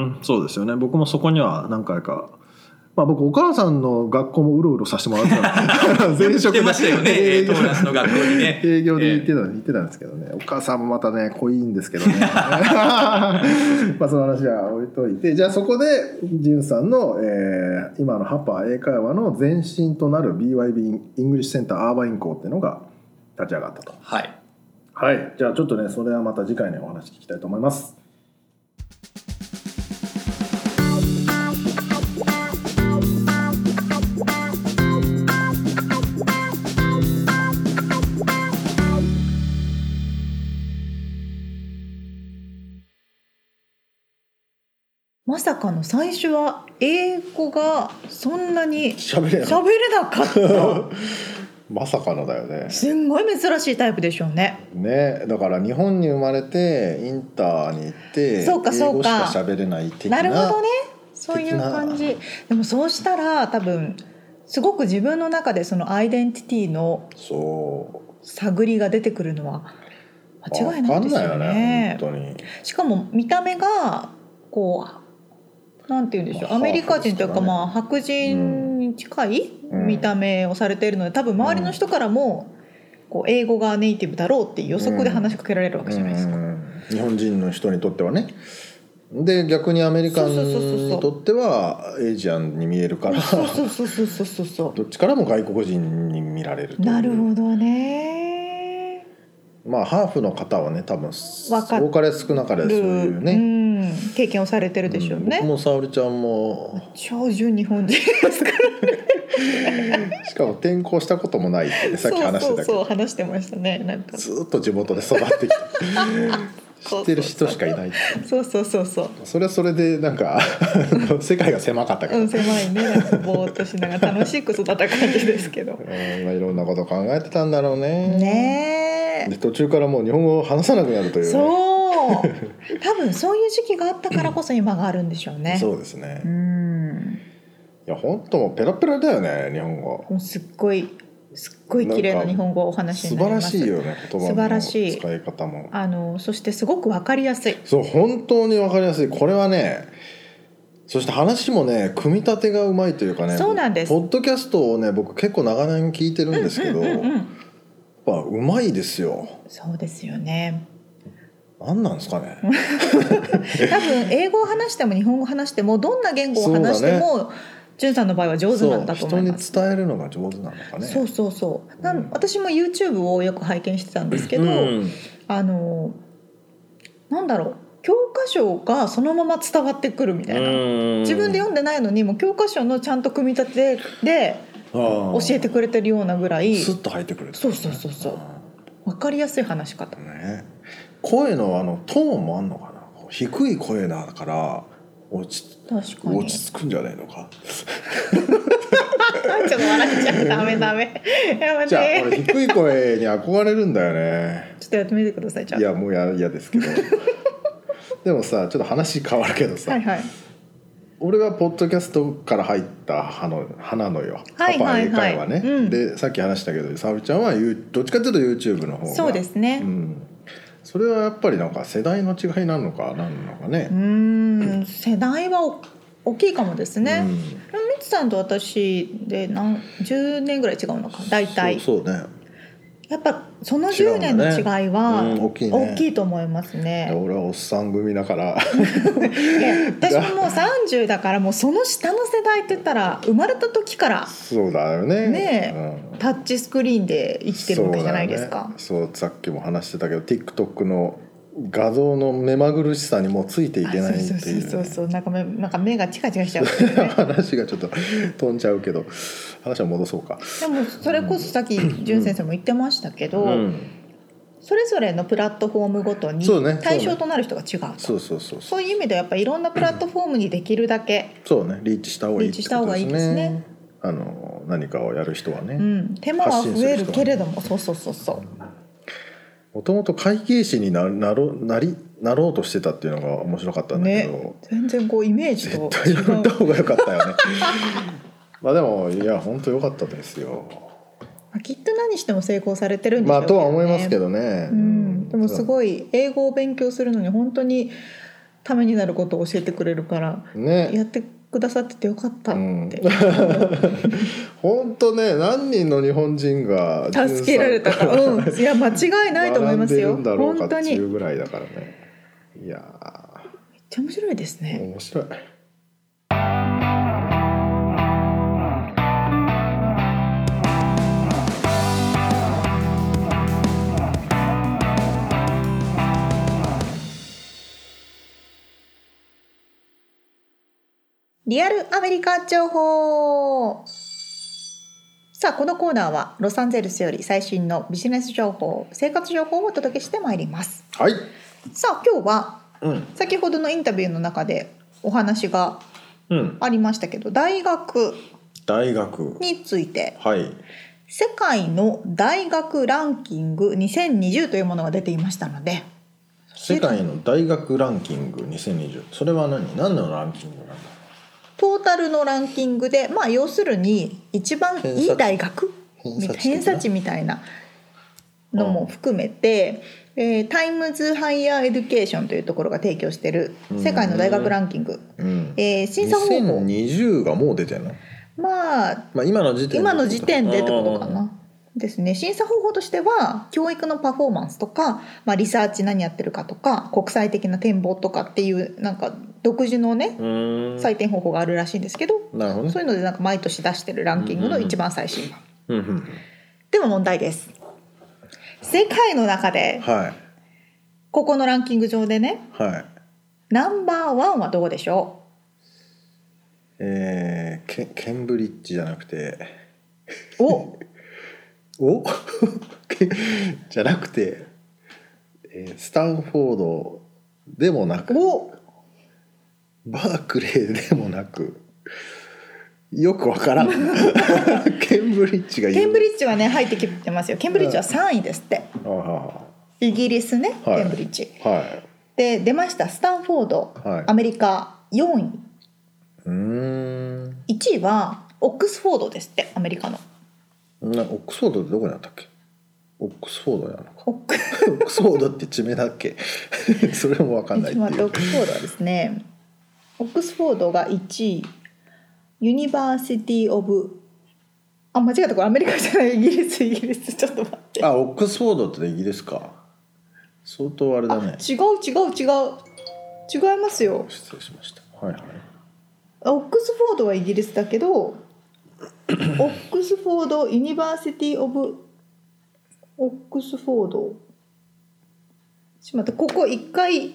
S2: んそうですよね僕もそこには何回かまあ、僕お母さんの学校もうろうろさせてもらってたんで前
S3: 言っ
S2: 職
S3: てました よね、え
S2: 営
S3: ー、
S2: 業。
S3: トーナスの学校にね
S2: 営業で行ってたのに行ってたんですけどね、お母さんもまたね濃いんですけどね まあその話は置いといてじゃあそこでジンさんの、えー今のハパ英会話の前身となる BYB イングリッシュセンターアーバイン校っていうのが立ち上がったと
S3: はい。
S2: はいじゃあちょっとねそれはまた次回ねお話聞きたいと思います
S1: まさかの最初は英語がそんなに
S2: 喋れ
S1: 喋れなかっ
S2: まさかのだよね
S1: たすんごい珍しいタイプでしょうね
S2: ねだから日本に生まれてインターに行って
S1: そうかそうか
S2: 英語しか喋れない的な
S1: なるほどねそういう感じでもそうしたら多分すごく自分の中でそのアイデンティティの
S2: そう
S1: 探りが出てくるのは間違いないですよ
S2: わかんないよね
S1: ね
S2: 本当に
S1: しかも見た目がこうなんて言うんでしょう、
S2: まあ
S1: アメリカ人というか、
S2: ハーフですからね
S1: まあ白人に近い
S2: うん
S1: 見た目をされているので多分周りの人からもこう英語がネイティブだろうって予測で話しかけられるわけじゃないですか。
S2: うん日本人の人にとってはねで逆にアメリカン
S1: そうそうそうそうそう
S2: にとってはエイジアンに見えるから
S1: そうそうそうそうそうそうそ
S2: どっちからも外国人に見られると
S1: う。
S2: いう
S1: なるほどね。
S2: まあハーフの方はね多分
S1: わかる
S2: 多かれ少なかれそういう
S1: う
S2: ね
S1: ん、経験をされてるでしょう
S2: 僕
S1: ね。
S2: も沙織ちゃんも
S1: 超純日本人ですから。
S2: しかも転校したこともないってねさっき話して
S1: そうそ
S2: たけど
S1: うそう話してましたね。なんか。
S2: ずーっと地元で育 ってきて知ってる人しかいないって
S1: そうそうそうそう。
S2: それはそれでなんか世界が狭かったから
S1: うん、狭いねなんかぼーっとしながら楽しく育った感じですけど
S2: うんまあ、いろんなこと考えてたんだろうね。
S1: ね
S2: で途中からもう日本語を話さなくなるとい
S1: え
S2: うね、
S1: そう多分そういう時期があったからこそ今があるんでしょうね
S2: そうですね。
S1: う
S2: い
S1: ん
S2: や本当もうペラペラだよね日本語。
S1: もうすっごいすっごい綺麗な日本語をお話
S2: 素
S1: にな
S2: 晴
S1: りま
S2: ら
S1: す
S2: しいよね言葉
S1: 素晴
S2: の
S1: らしい
S2: 使い方も。
S1: あのそしてすごくわかりやすい
S2: そう本当にわかりやすいこれはね。そして話もね組み立てがうまいというかね
S1: そうなんです
S2: ポッドキャストをね僕結構長年聞いてるんですけど、
S1: うんうんう
S2: やっ
S1: ん、
S2: ぱうまいですよ
S1: そうですよね
S2: 何なんですかね
S1: 多分英語を話しても日本語を話してもどんな言語を話しても、じゅんさんの場合は上手なんだと
S2: そう
S1: 思
S2: 人
S1: い
S2: に
S1: ます
S2: 伝えるのが上手なのかね
S1: そうそうそうなん、
S2: うん
S1: 私も YouTube をよく拝見してたんですけど、
S2: うん
S1: あのなんだろう教科書がそのまま伝わってくるみたいな、
S2: うん
S1: 自分で読んでないのにもう教科書のちゃんと組み立てで
S2: 教
S1: 教えてくれてるようなぐらい
S2: スッと入ってくる
S1: そうそうそうそう分かりやすい話し方
S2: うんね声のあのトーンもあんのかなこう低い声だから落ち
S1: 確か
S2: 落
S1: に
S2: ち着くんじゃないのか
S1: あちょっと笑っちゃうダメダ メやめ
S2: じゃあ俺
S1: て
S2: 低い声に憧れるんだよ ね
S1: ちょっとやってみてくださいじゃ
S2: いやもうや嫌です けどでもさちょっと話変わるけど
S1: あ
S2: さ、
S1: はいはい
S2: 俺はポッドキャストから入った花の花のよ、
S1: はい
S2: パパ
S1: はい
S2: 英
S1: はい
S2: 会話ね、
S1: うん
S2: でさっき話したけど沙織ちゃんはゆどっちかというと YouTube の方が
S1: そうですね
S2: うん、それはやっぱりなんか世代の違いなのかなんのかね
S1: うー、ん世代はお大きいかもですね、
S2: う
S1: み
S2: ん
S1: つさんと私で何10年ぐらい違うのか大体
S2: そうそうね
S1: やっぱその10年の違いは
S2: 違うんだねうん大きいね
S1: 大きいと思います
S2: で
S1: ね。
S2: 俺はおっさん組だから
S1: で私ももう30だからもうその下の世代って言ったら生まれた時から
S2: そうだよね
S1: ねえ
S2: うん
S1: タッチスクリーンで生きてるわけじゃないですか。
S2: そう,、ね、そうさっきも話してたけど TikTok の画像の目まぐるしさにもうついてい
S1: あ
S2: けないって
S1: そうそう
S2: い
S1: そうう
S2: ね
S1: そうなんか目なんか目がチカチカしちゃうっていうね、
S2: 話がちょっと飛んじゃうけど話は戻そうか。
S1: でもそれこそさっき潤先生も言ってましたけど、
S2: うん
S1: それぞれのプラットフォームごとに
S2: そうねそうね
S1: 対象となる人が違うと
S2: そうそうそうそう
S1: そういう意味ではやっぱいろんなプラットフォームにできるだけ、
S2: そうねリーチした方がいいってこと
S1: リーチ
S2: です
S1: した方がいいです
S2: ね
S1: ね。
S2: あの何かをやる人はね。
S1: うん、手間は増えるけれどもそうそうそうそう
S2: もともと会計士にななろなりなろうとしてたっていうのが面白かったんだけど、
S1: ね、全然こうイメージと
S2: 絶対やめた方が良かったよ ねまあでもいや本当良かったですよ
S1: まあきっと何しても成功されてるんでし
S2: ま
S1: ょう
S2: あとは思いますけ
S1: ど、
S2: どね、
S1: うん、でもす
S2: い
S1: ごい英語を勉強するのに本当にためになることを教えてくれるからや
S2: ね
S1: ってくださっててよかったって、
S2: 本当ね何人の日本人が
S1: 助けられたか、 うん、いや間違いないと思いますよ
S2: 並んでるんだろうか
S1: 本当
S2: って
S1: に
S2: い
S1: めっ
S2: うぐらいだからねいや
S1: ちゃ面白いです
S2: ー
S1: ね、
S2: 面白い
S1: リアルアメリカ情報さあこのコーナーはロサンゼルスより最新のビジネス情報生活情報をお届けしてまいります
S2: はい、
S1: さあ今日は
S2: うん
S1: 先ほどのインタビューの中でお話が
S2: うん、
S1: ありましたけど大学
S2: 大学
S1: について
S2: はい
S1: 世界の大学ランキング2020というものが出ていましたので
S2: 世界の大学ランキング2020それは何何のランキングなんだ
S1: トータルのランキングでまあ要するに一番いい大学
S2: 偏差値
S1: 偏差値みたいなのも含めて、えータイムズ・ハイヤー・エデュケーションというところが提供している世界の大学ランキング、
S2: うん
S1: えー審査方法
S2: 2020がもう出てんの、
S1: まあ
S2: まあ、今の時点で
S1: 今の時点でってことか
S2: あ
S1: な。ですね、審査方法としては教育のパフォーマンスとか、まあ、リサーチ何やってるかとか国際的な展望とかっていうなんか独自のね
S2: ーうーん
S1: 採点方法があるらしいんですけど、
S2: なるほど
S1: そう
S2: ね
S1: いうのでなんか毎年出してるランキングの一番最新版、
S2: うんうんうん
S1: でも問題です世界の中で
S2: はい
S1: ここのランキング上でね
S2: はい
S1: ナンバーワンはどこでしょ
S2: えー、ケケンブリッジじゃなくて
S1: うお
S2: お けじゃなくて、えースタンフォードでもなく
S1: お
S2: バークレーでもなくよく わからんケンブリッジが有名
S1: ケンブリッジはね入ってきてますよケンブリッジは3位ですって
S2: あは
S1: イギリスね
S2: はい
S1: ケンブリッジ、
S2: あはい
S1: で出ましたスタンフォード、
S2: はい
S1: アメリカ4
S2: うーん
S1: 位1位はオックスフォードですってアメリカの
S2: なオックスフォードってどこにあったっけオックスフォードなのか
S1: オックス
S2: オックスフォードって地名だっけ それもわかんないって
S1: ちょっと待って
S2: い
S1: オッ
S2: う
S1: クスフォードはですねオックスフォードが1位ユニバーシティ・オブあ間違えたこれアメリカじゃないイギリスイギリスちょっと待って
S2: あオックスフォードってイギリスか相当あれだね
S1: 違う違う違う違いますよ
S2: 失礼しましたはいはい
S1: オックスフォードはイギリスだけ どオックスフォード・ユニバーシティ・オブ・オックスフォードちょっと待ってここ一回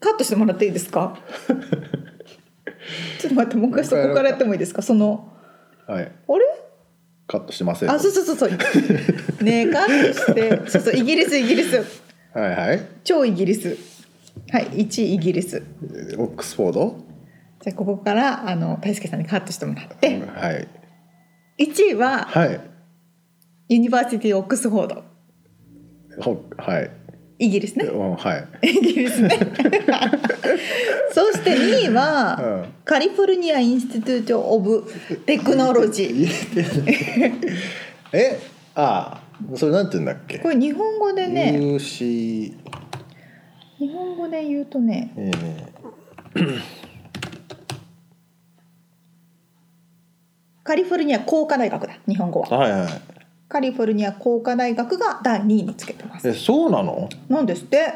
S1: カットしてもらっていいです かちょっと待ってもう一回そこからやってもいいですかその
S2: は
S1: あ
S2: い
S1: れ
S2: カットしてません
S1: あそうそうそうそうねえカットしてそうそうイギリスイギリス
S2: はいはい
S1: 超イギリスはい1位イギリス
S2: えーオックスフォード
S1: じゃあここからあの大輔さんにカットしてもらっ
S2: うん
S1: て
S2: はい
S1: 1位は
S2: はい
S1: ユニバーシティ・オックスフォード
S2: ほはい
S1: イギリスね
S2: うんはい
S1: イギリ スねそして2位は、
S2: うん
S1: カリフォルニア・インスティテュート・オブ・テクノロジー
S2: えああそれなんて言うんだっけ
S1: これ日本語でね
S2: UC
S1: 日本語で言うとね
S2: えー
S1: カリフォルニア工科大学だ日本語は
S2: はいはい
S1: カリフォルニア工科大学が第2位につけてます
S2: えそうなの
S1: なんですって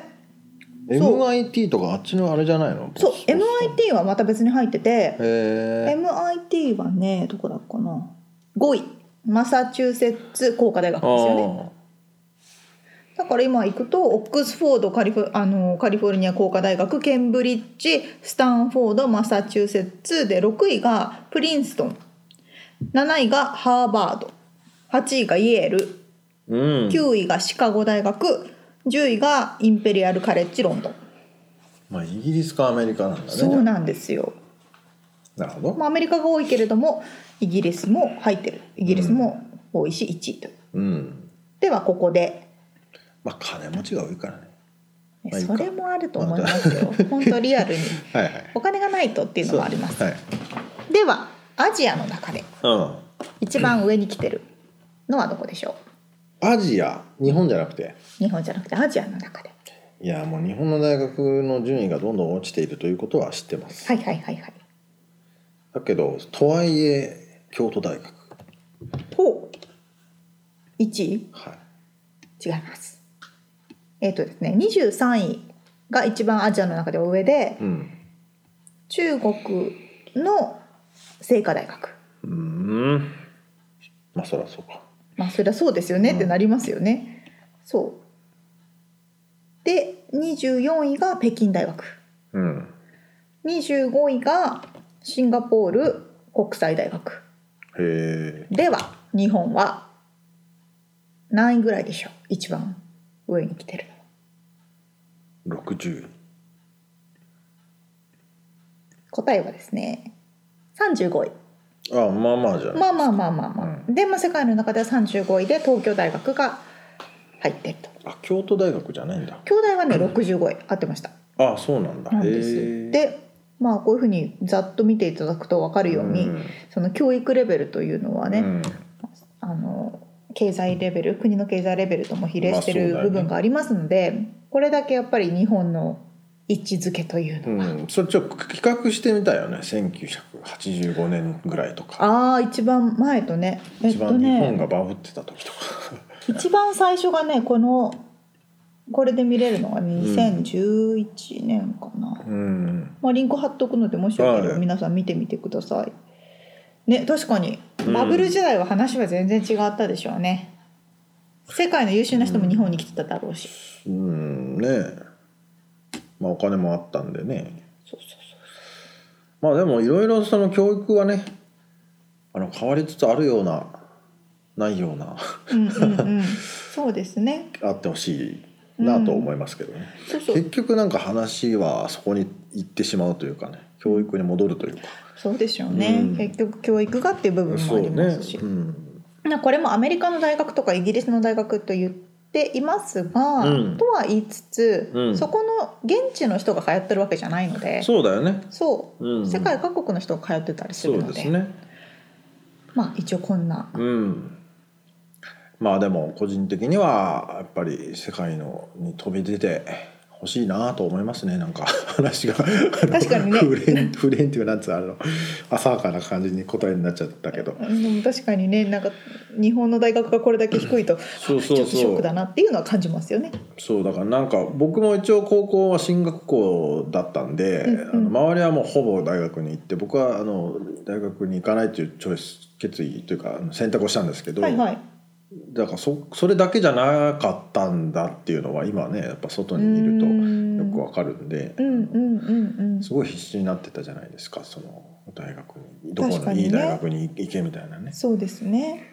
S1: そう
S2: MIT とかあっちのあれじゃないの
S1: そう
S2: ボストン
S1: MIT はまた別に入ってて
S2: へ
S1: MIT はねどこだっかな5位マサチューセッツ工科大学
S2: え
S1: ですよねだから今行くとオックスフォードカリフォあのカリフォルニア工科大学ケンブリッジスタンフォードマサチューセッツで6位がプリンストン7位がハーバード8位がイエール
S2: うん
S1: 9位がシカゴ大学10位がインペリアルカレッジロンドン
S2: まあイギリスかアメリカなんだね
S1: そうなんですよ、
S2: なるほど
S1: まあ、アメリカが多いけれどもイギリスも入ってるイギリスも多いし1位と、
S2: うん
S1: ではここで
S2: まあ金持ちが多いからねまあいい
S1: そ
S2: か
S1: れもあると思いますよ本当リアルに
S2: はいはい
S1: お金がないとっていうのもあります
S2: はい
S1: ではアジアの中で
S2: うん
S1: 一番上に来てるのはどこでしょ
S2: アジア日本じゃなくて
S1: う日本じゃなくてアジアの中で
S2: いやもう日本の大学の順位がどんどん落ちているということは知ってます、
S1: はいはいはいはい
S2: だけどとはいえ京都大学
S1: ほう1位
S2: はい
S1: 違いますえっ、とですね23位が一番アジアの中では上で
S2: うん
S1: 中国の清華大学
S2: うーんまあそりゃそうか
S1: まあそりゃそうですよねってなりますよね、そうで24位が北京大学
S2: うん
S1: 25位がシンガポール国際大学
S2: へえ
S1: では日本は何位ぐらいでしょう一番上に来てるの
S2: 60
S1: 答えはですね35位
S2: あまあまあじゃない、
S1: まあまあまあまあまあ、で、まあ、世界の中では35位で東京大学が入ってると
S2: あ京都大学じゃないんだ
S1: 京大はね65位合ってました
S2: あそうなんだ
S1: なん
S2: へ
S1: です
S2: え
S1: でまあこういうふうにざっと見ていただくと分かるように、
S2: うん
S1: その教育レベルというのはね、
S2: うん
S1: あの経済レベル国の経済レベルとも比例してる
S2: まあそうだよね
S1: 部分がありますので、これだけやっぱり日本の位置づけというの、
S2: うん、それちょっと比較してみたいよね1985年ぐらいとか
S1: ああ一番前とねえっ
S2: 一
S1: と
S2: 番日本
S1: ね
S2: がバブってた時とか、
S1: 一番最初がねこのこれで見れるのが2011年かな、
S2: うん、
S1: まあ、リンク貼っとくのでもしよけれ
S2: は
S1: ば
S2: い
S1: 皆さん見てみてください。ね確かにバブル時代は話は全然違ったでしょうね。世界の優秀な人も日本に来てただろうし。
S2: うん、ねえまあお金もあったんでね
S1: そうそうそう
S2: まあでもいろいろその教育はねあの変わりつつあるようなないような
S1: うん うんうん。そうですね。
S2: あってほしいなと思いますけどね、
S1: そうそう
S2: 結局なんか話はそこに行ってしまうというかね教育に戻るというか、
S1: そうでしょうね。
S2: うん
S1: 結局教育がっていう部分も
S2: そ
S1: あ
S2: う
S1: りま
S2: ね
S1: すし。、
S2: うん、
S1: なこれもアメリカの大学とかイギリスの大学と言っていますが、
S2: うん
S1: とは言いつつ、
S2: うん
S1: そこの現地の人が通ってるわけじゃないので、
S2: そうだよね、
S1: そう。
S2: うん、
S1: 世界各国の人が通ってたりす
S2: そ
S1: る
S2: う
S1: の
S2: で
S1: で、
S2: すね
S1: まあ一応こんな
S2: うんまあでも個人的にはやっぱり世界のに飛び出てほしいなと思いますねなんか話が確
S1: かにね
S2: フレンフレンっていうなんつうのあの浅はかな感じに答えになっちゃったけど
S1: うんでも確かにねなんか日本の大学がこれだけ低いと
S2: そうそうそ
S1: ちょ
S2: う
S1: っとショックだなっていうのは感じますよね。
S2: そうだからなんか僕も一応高校は進学校だったんで、
S1: うんうん
S2: あの周りはもうほぼ大学に行って僕はあの大学に行かないというチョイス決意というかあの選択をしたんですけど、
S1: はいはい、
S2: だからそそれだけじゃなかったんだっていうのは今ねやっぱ外にいると
S1: うーん
S2: よくわかるんで、
S1: うんうんうんうん
S2: すごい必死になってたじゃないですかその大学にどこ
S1: 確か
S2: の
S1: にね
S2: いい大学に行けみたいなね。
S1: そうですね。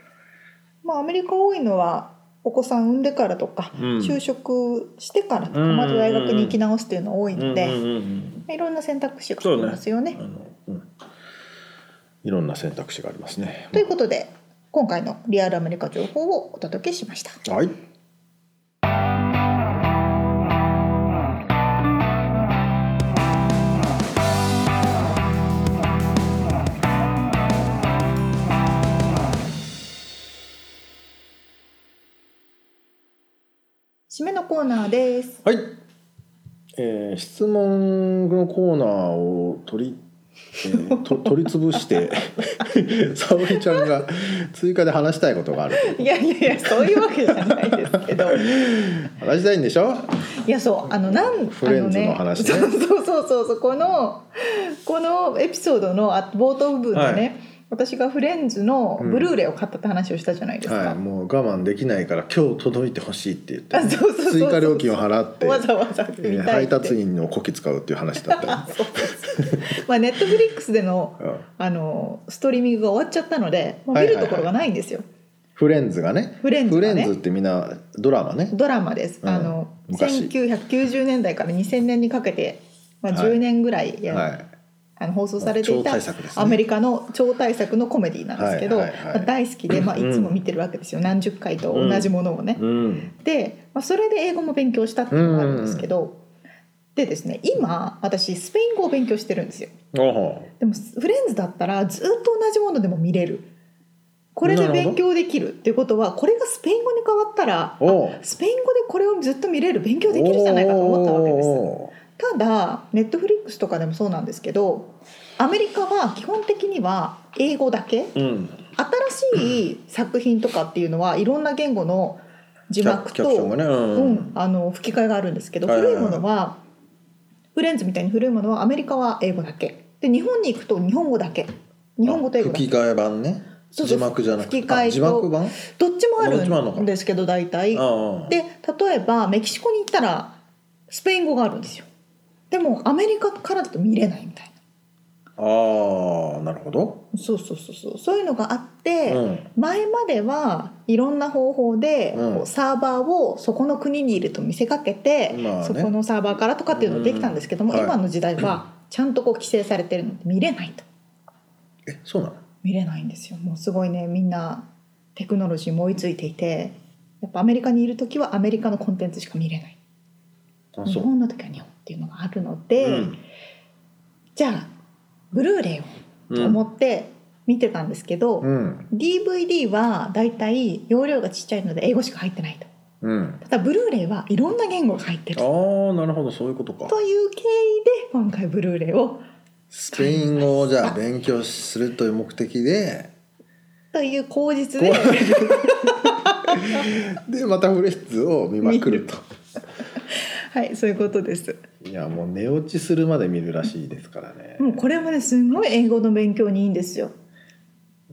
S1: まあアメリカ多いのはお子さん産んでからとか、
S2: うん
S1: 就職してからとか
S2: うんうんうん
S1: また大学に行き直すっていうの多い
S2: うんう
S1: の
S2: ん
S1: で、
S2: うんうん
S1: いろんな選択肢がありますよね。
S2: あのうんいろんな選択肢がありますね。
S1: ということで今回のリアルアメリカ情報をお届けしました。
S2: はい、
S1: 締めのコーナーです。
S2: はいえー質問のコーナーを取り、えーと 取り潰して沙織ちゃんが追加で話したいことがある
S1: いやいやいやそういうわけじゃないです けど。
S2: 話したいんでしょ
S1: いやそうあのなん
S2: フレンズの
S1: あ
S2: 話ね
S1: のね、そうそうそうそうこのこのエピソードのあ冒頭部分でね、
S2: はい
S1: 私がフレンズのブルーレイを買ったって話をしたじゃないですか、
S2: はい、もう我慢できないから今日届いてほしいって言って
S1: あそうそうそうそう
S2: 追加料金を払って
S1: わざわざ見たいって、
S2: えー配達員のこき使うっていう話だった
S1: あそうそうそうまあネットフリックスでの
S2: り、うん
S1: あのストリーミングが終わっちゃったのでもう見るところがないんですよ、
S2: フレンズがね
S1: フレンズがね
S2: ってみんなドラマね
S1: ドラマです、
S2: うん
S1: あの
S2: 昔
S1: 1990年代から2000年にかけて、まあ、
S2: はい
S1: 10年ぐらいや、
S2: はい
S1: あの放送されていた
S2: 超大作ですね
S1: アメリカの超大作のコメディなんですけど、
S2: はいはいはい
S1: まあ大好きで、まあ、
S2: うん
S1: いつも見てるわけですよ、何十回と同じものをね。
S2: うん
S1: で、まあ、それで英語も勉強したっていうのがあるんですけど、でですね今私スペイン語を勉強してるんですよ。
S2: おほ
S1: でもフレンズだったらずっと同じものでも見れるこれで勉強できるっていうことはこれがスペイン語に変わったら
S2: おう
S1: スペイン語でこれをずっと見れる勉強できるじゃないかと思ったわけです。ただネットフリックスとかでもそうなんですけどアメリカは基本的には英語だけ
S2: うん、
S1: 新しい作品とかっていうのはいろんな言語の字幕
S2: キャプキャプション
S1: と、
S2: がね、う
S1: うんん、あの吹き替えがあるんですけど
S2: はいはい
S1: 古
S2: はい
S1: いものはフレンズみたいに古いものはアメリカは英語だけで日本に行くと日本語だけ日本語と英語だ
S2: 吹
S1: け
S2: き替え版ね
S1: そうそう
S2: 字幕じゃなくて
S1: 吹き替えと
S2: あ字幕版
S1: どっちもあ
S2: どっちもあるの
S1: る
S2: か
S1: んですけど大体
S2: ああ
S1: で例えばメキシコに行ったらスペイン語があるんですよでもアメリカからだと見れないみたい
S2: ああなるほど、
S1: なそうそうそうそうそういうのがあって、
S2: うん、
S1: 前まではいろんな方法で、
S2: うん
S1: こうサーバーをそこの国にいると見せかけて、
S2: まあね
S1: そこのサーバーからとかっていうのができたんですけども、
S2: うんはい
S1: 今の時代はちゃんとこう規制されてるので見れないと
S2: えそうなの
S1: 見れないんですよもうすごいねみんなテクノロジーも追いついていてやっぱアメリカにいる時はアメリカのコンテンツしか見れない
S2: あ
S1: 日
S2: そう、
S1: 本の時は日本っていうのがあるので、
S2: うん
S1: じゃあブルーレイをと思って見てたんですけど、
S2: うん、
S1: DVD はだいたい容量がちっちゃいので英語しか入ってないと。
S2: うん、
S1: ただブルーレイはいろんな言語が入ってる
S2: ああなるほどそういうことか
S1: という経緯で今回ブルーレイを
S2: スペイン語をじゃあ勉強するという目的で
S1: という口実
S2: こ
S1: で
S2: うでまたフレッツを見まくると
S1: はいそういうことです
S2: いやもう寝落ちするまで見るらしいですからね、
S1: もうこれはねすごい英語の勉強にいいんですよ、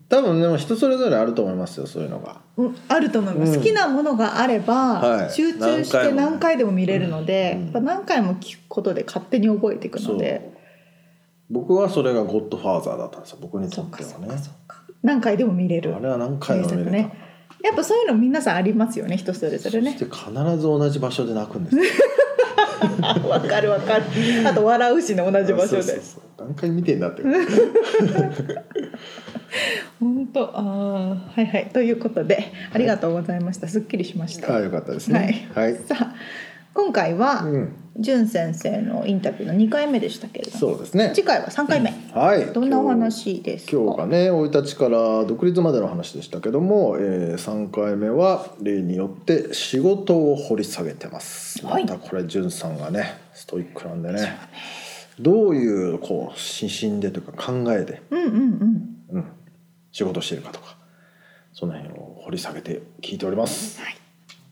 S2: 多分でも人それぞれあると思いますよそういうのが
S1: うん、あると思います、
S2: うん
S1: 好きなものがあれば、
S2: はい
S1: 集中して何
S2: 何
S1: 回でも見れるので、
S2: うん
S1: やっぱ何回も聞くことで勝手に覚えていくので
S2: 僕はそれが「ゴッドファーザー」だったんですよ僕にと
S1: そう
S2: って
S1: かそ
S2: は
S1: うか
S2: ね
S1: そうか何回でも見れる
S2: あれは何回も見れた、
S1: 名作やっぱそういうの皆さんありますよね人それ
S2: そ
S1: ぞ
S2: して
S1: れね
S2: 必ず同じ場所で泣くんですよ
S1: あわかるわかるあと笑うしね 同じ場所で
S2: そうそうそう何回見てんだって
S1: 本当あーはいはいということでありがとうございました、すっきりしました、
S2: ああよかったですねはい、
S1: さあ今回は、
S2: うん、
S1: じゅん先生のインタビューの2回目でしたけれども
S2: そうですね
S1: 次回は3回目、
S2: はい
S1: どんなお話ですか
S2: 今日がね生い立ちから独立までの話でしたけども、えー、3回目は例によって仕事を掘り下げてます、
S1: はい
S2: またこれじゅんさんがねストイックなんでねどういうこう心身でというか考えで、
S1: うんうんうん
S2: うん、仕事をしているかとかその辺を掘り下げて聞いております
S1: はい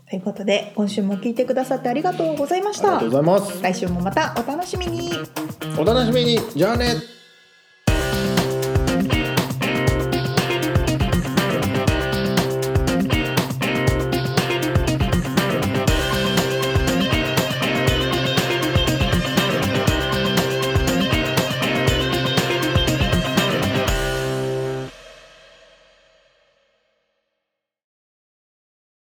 S1: ということで今週も聞いてくださってありがとうございま
S2: あ
S1: し
S2: りが
S1: た
S2: とうございます
S1: 来週もまたお楽しみに
S2: お楽しみにじゃあね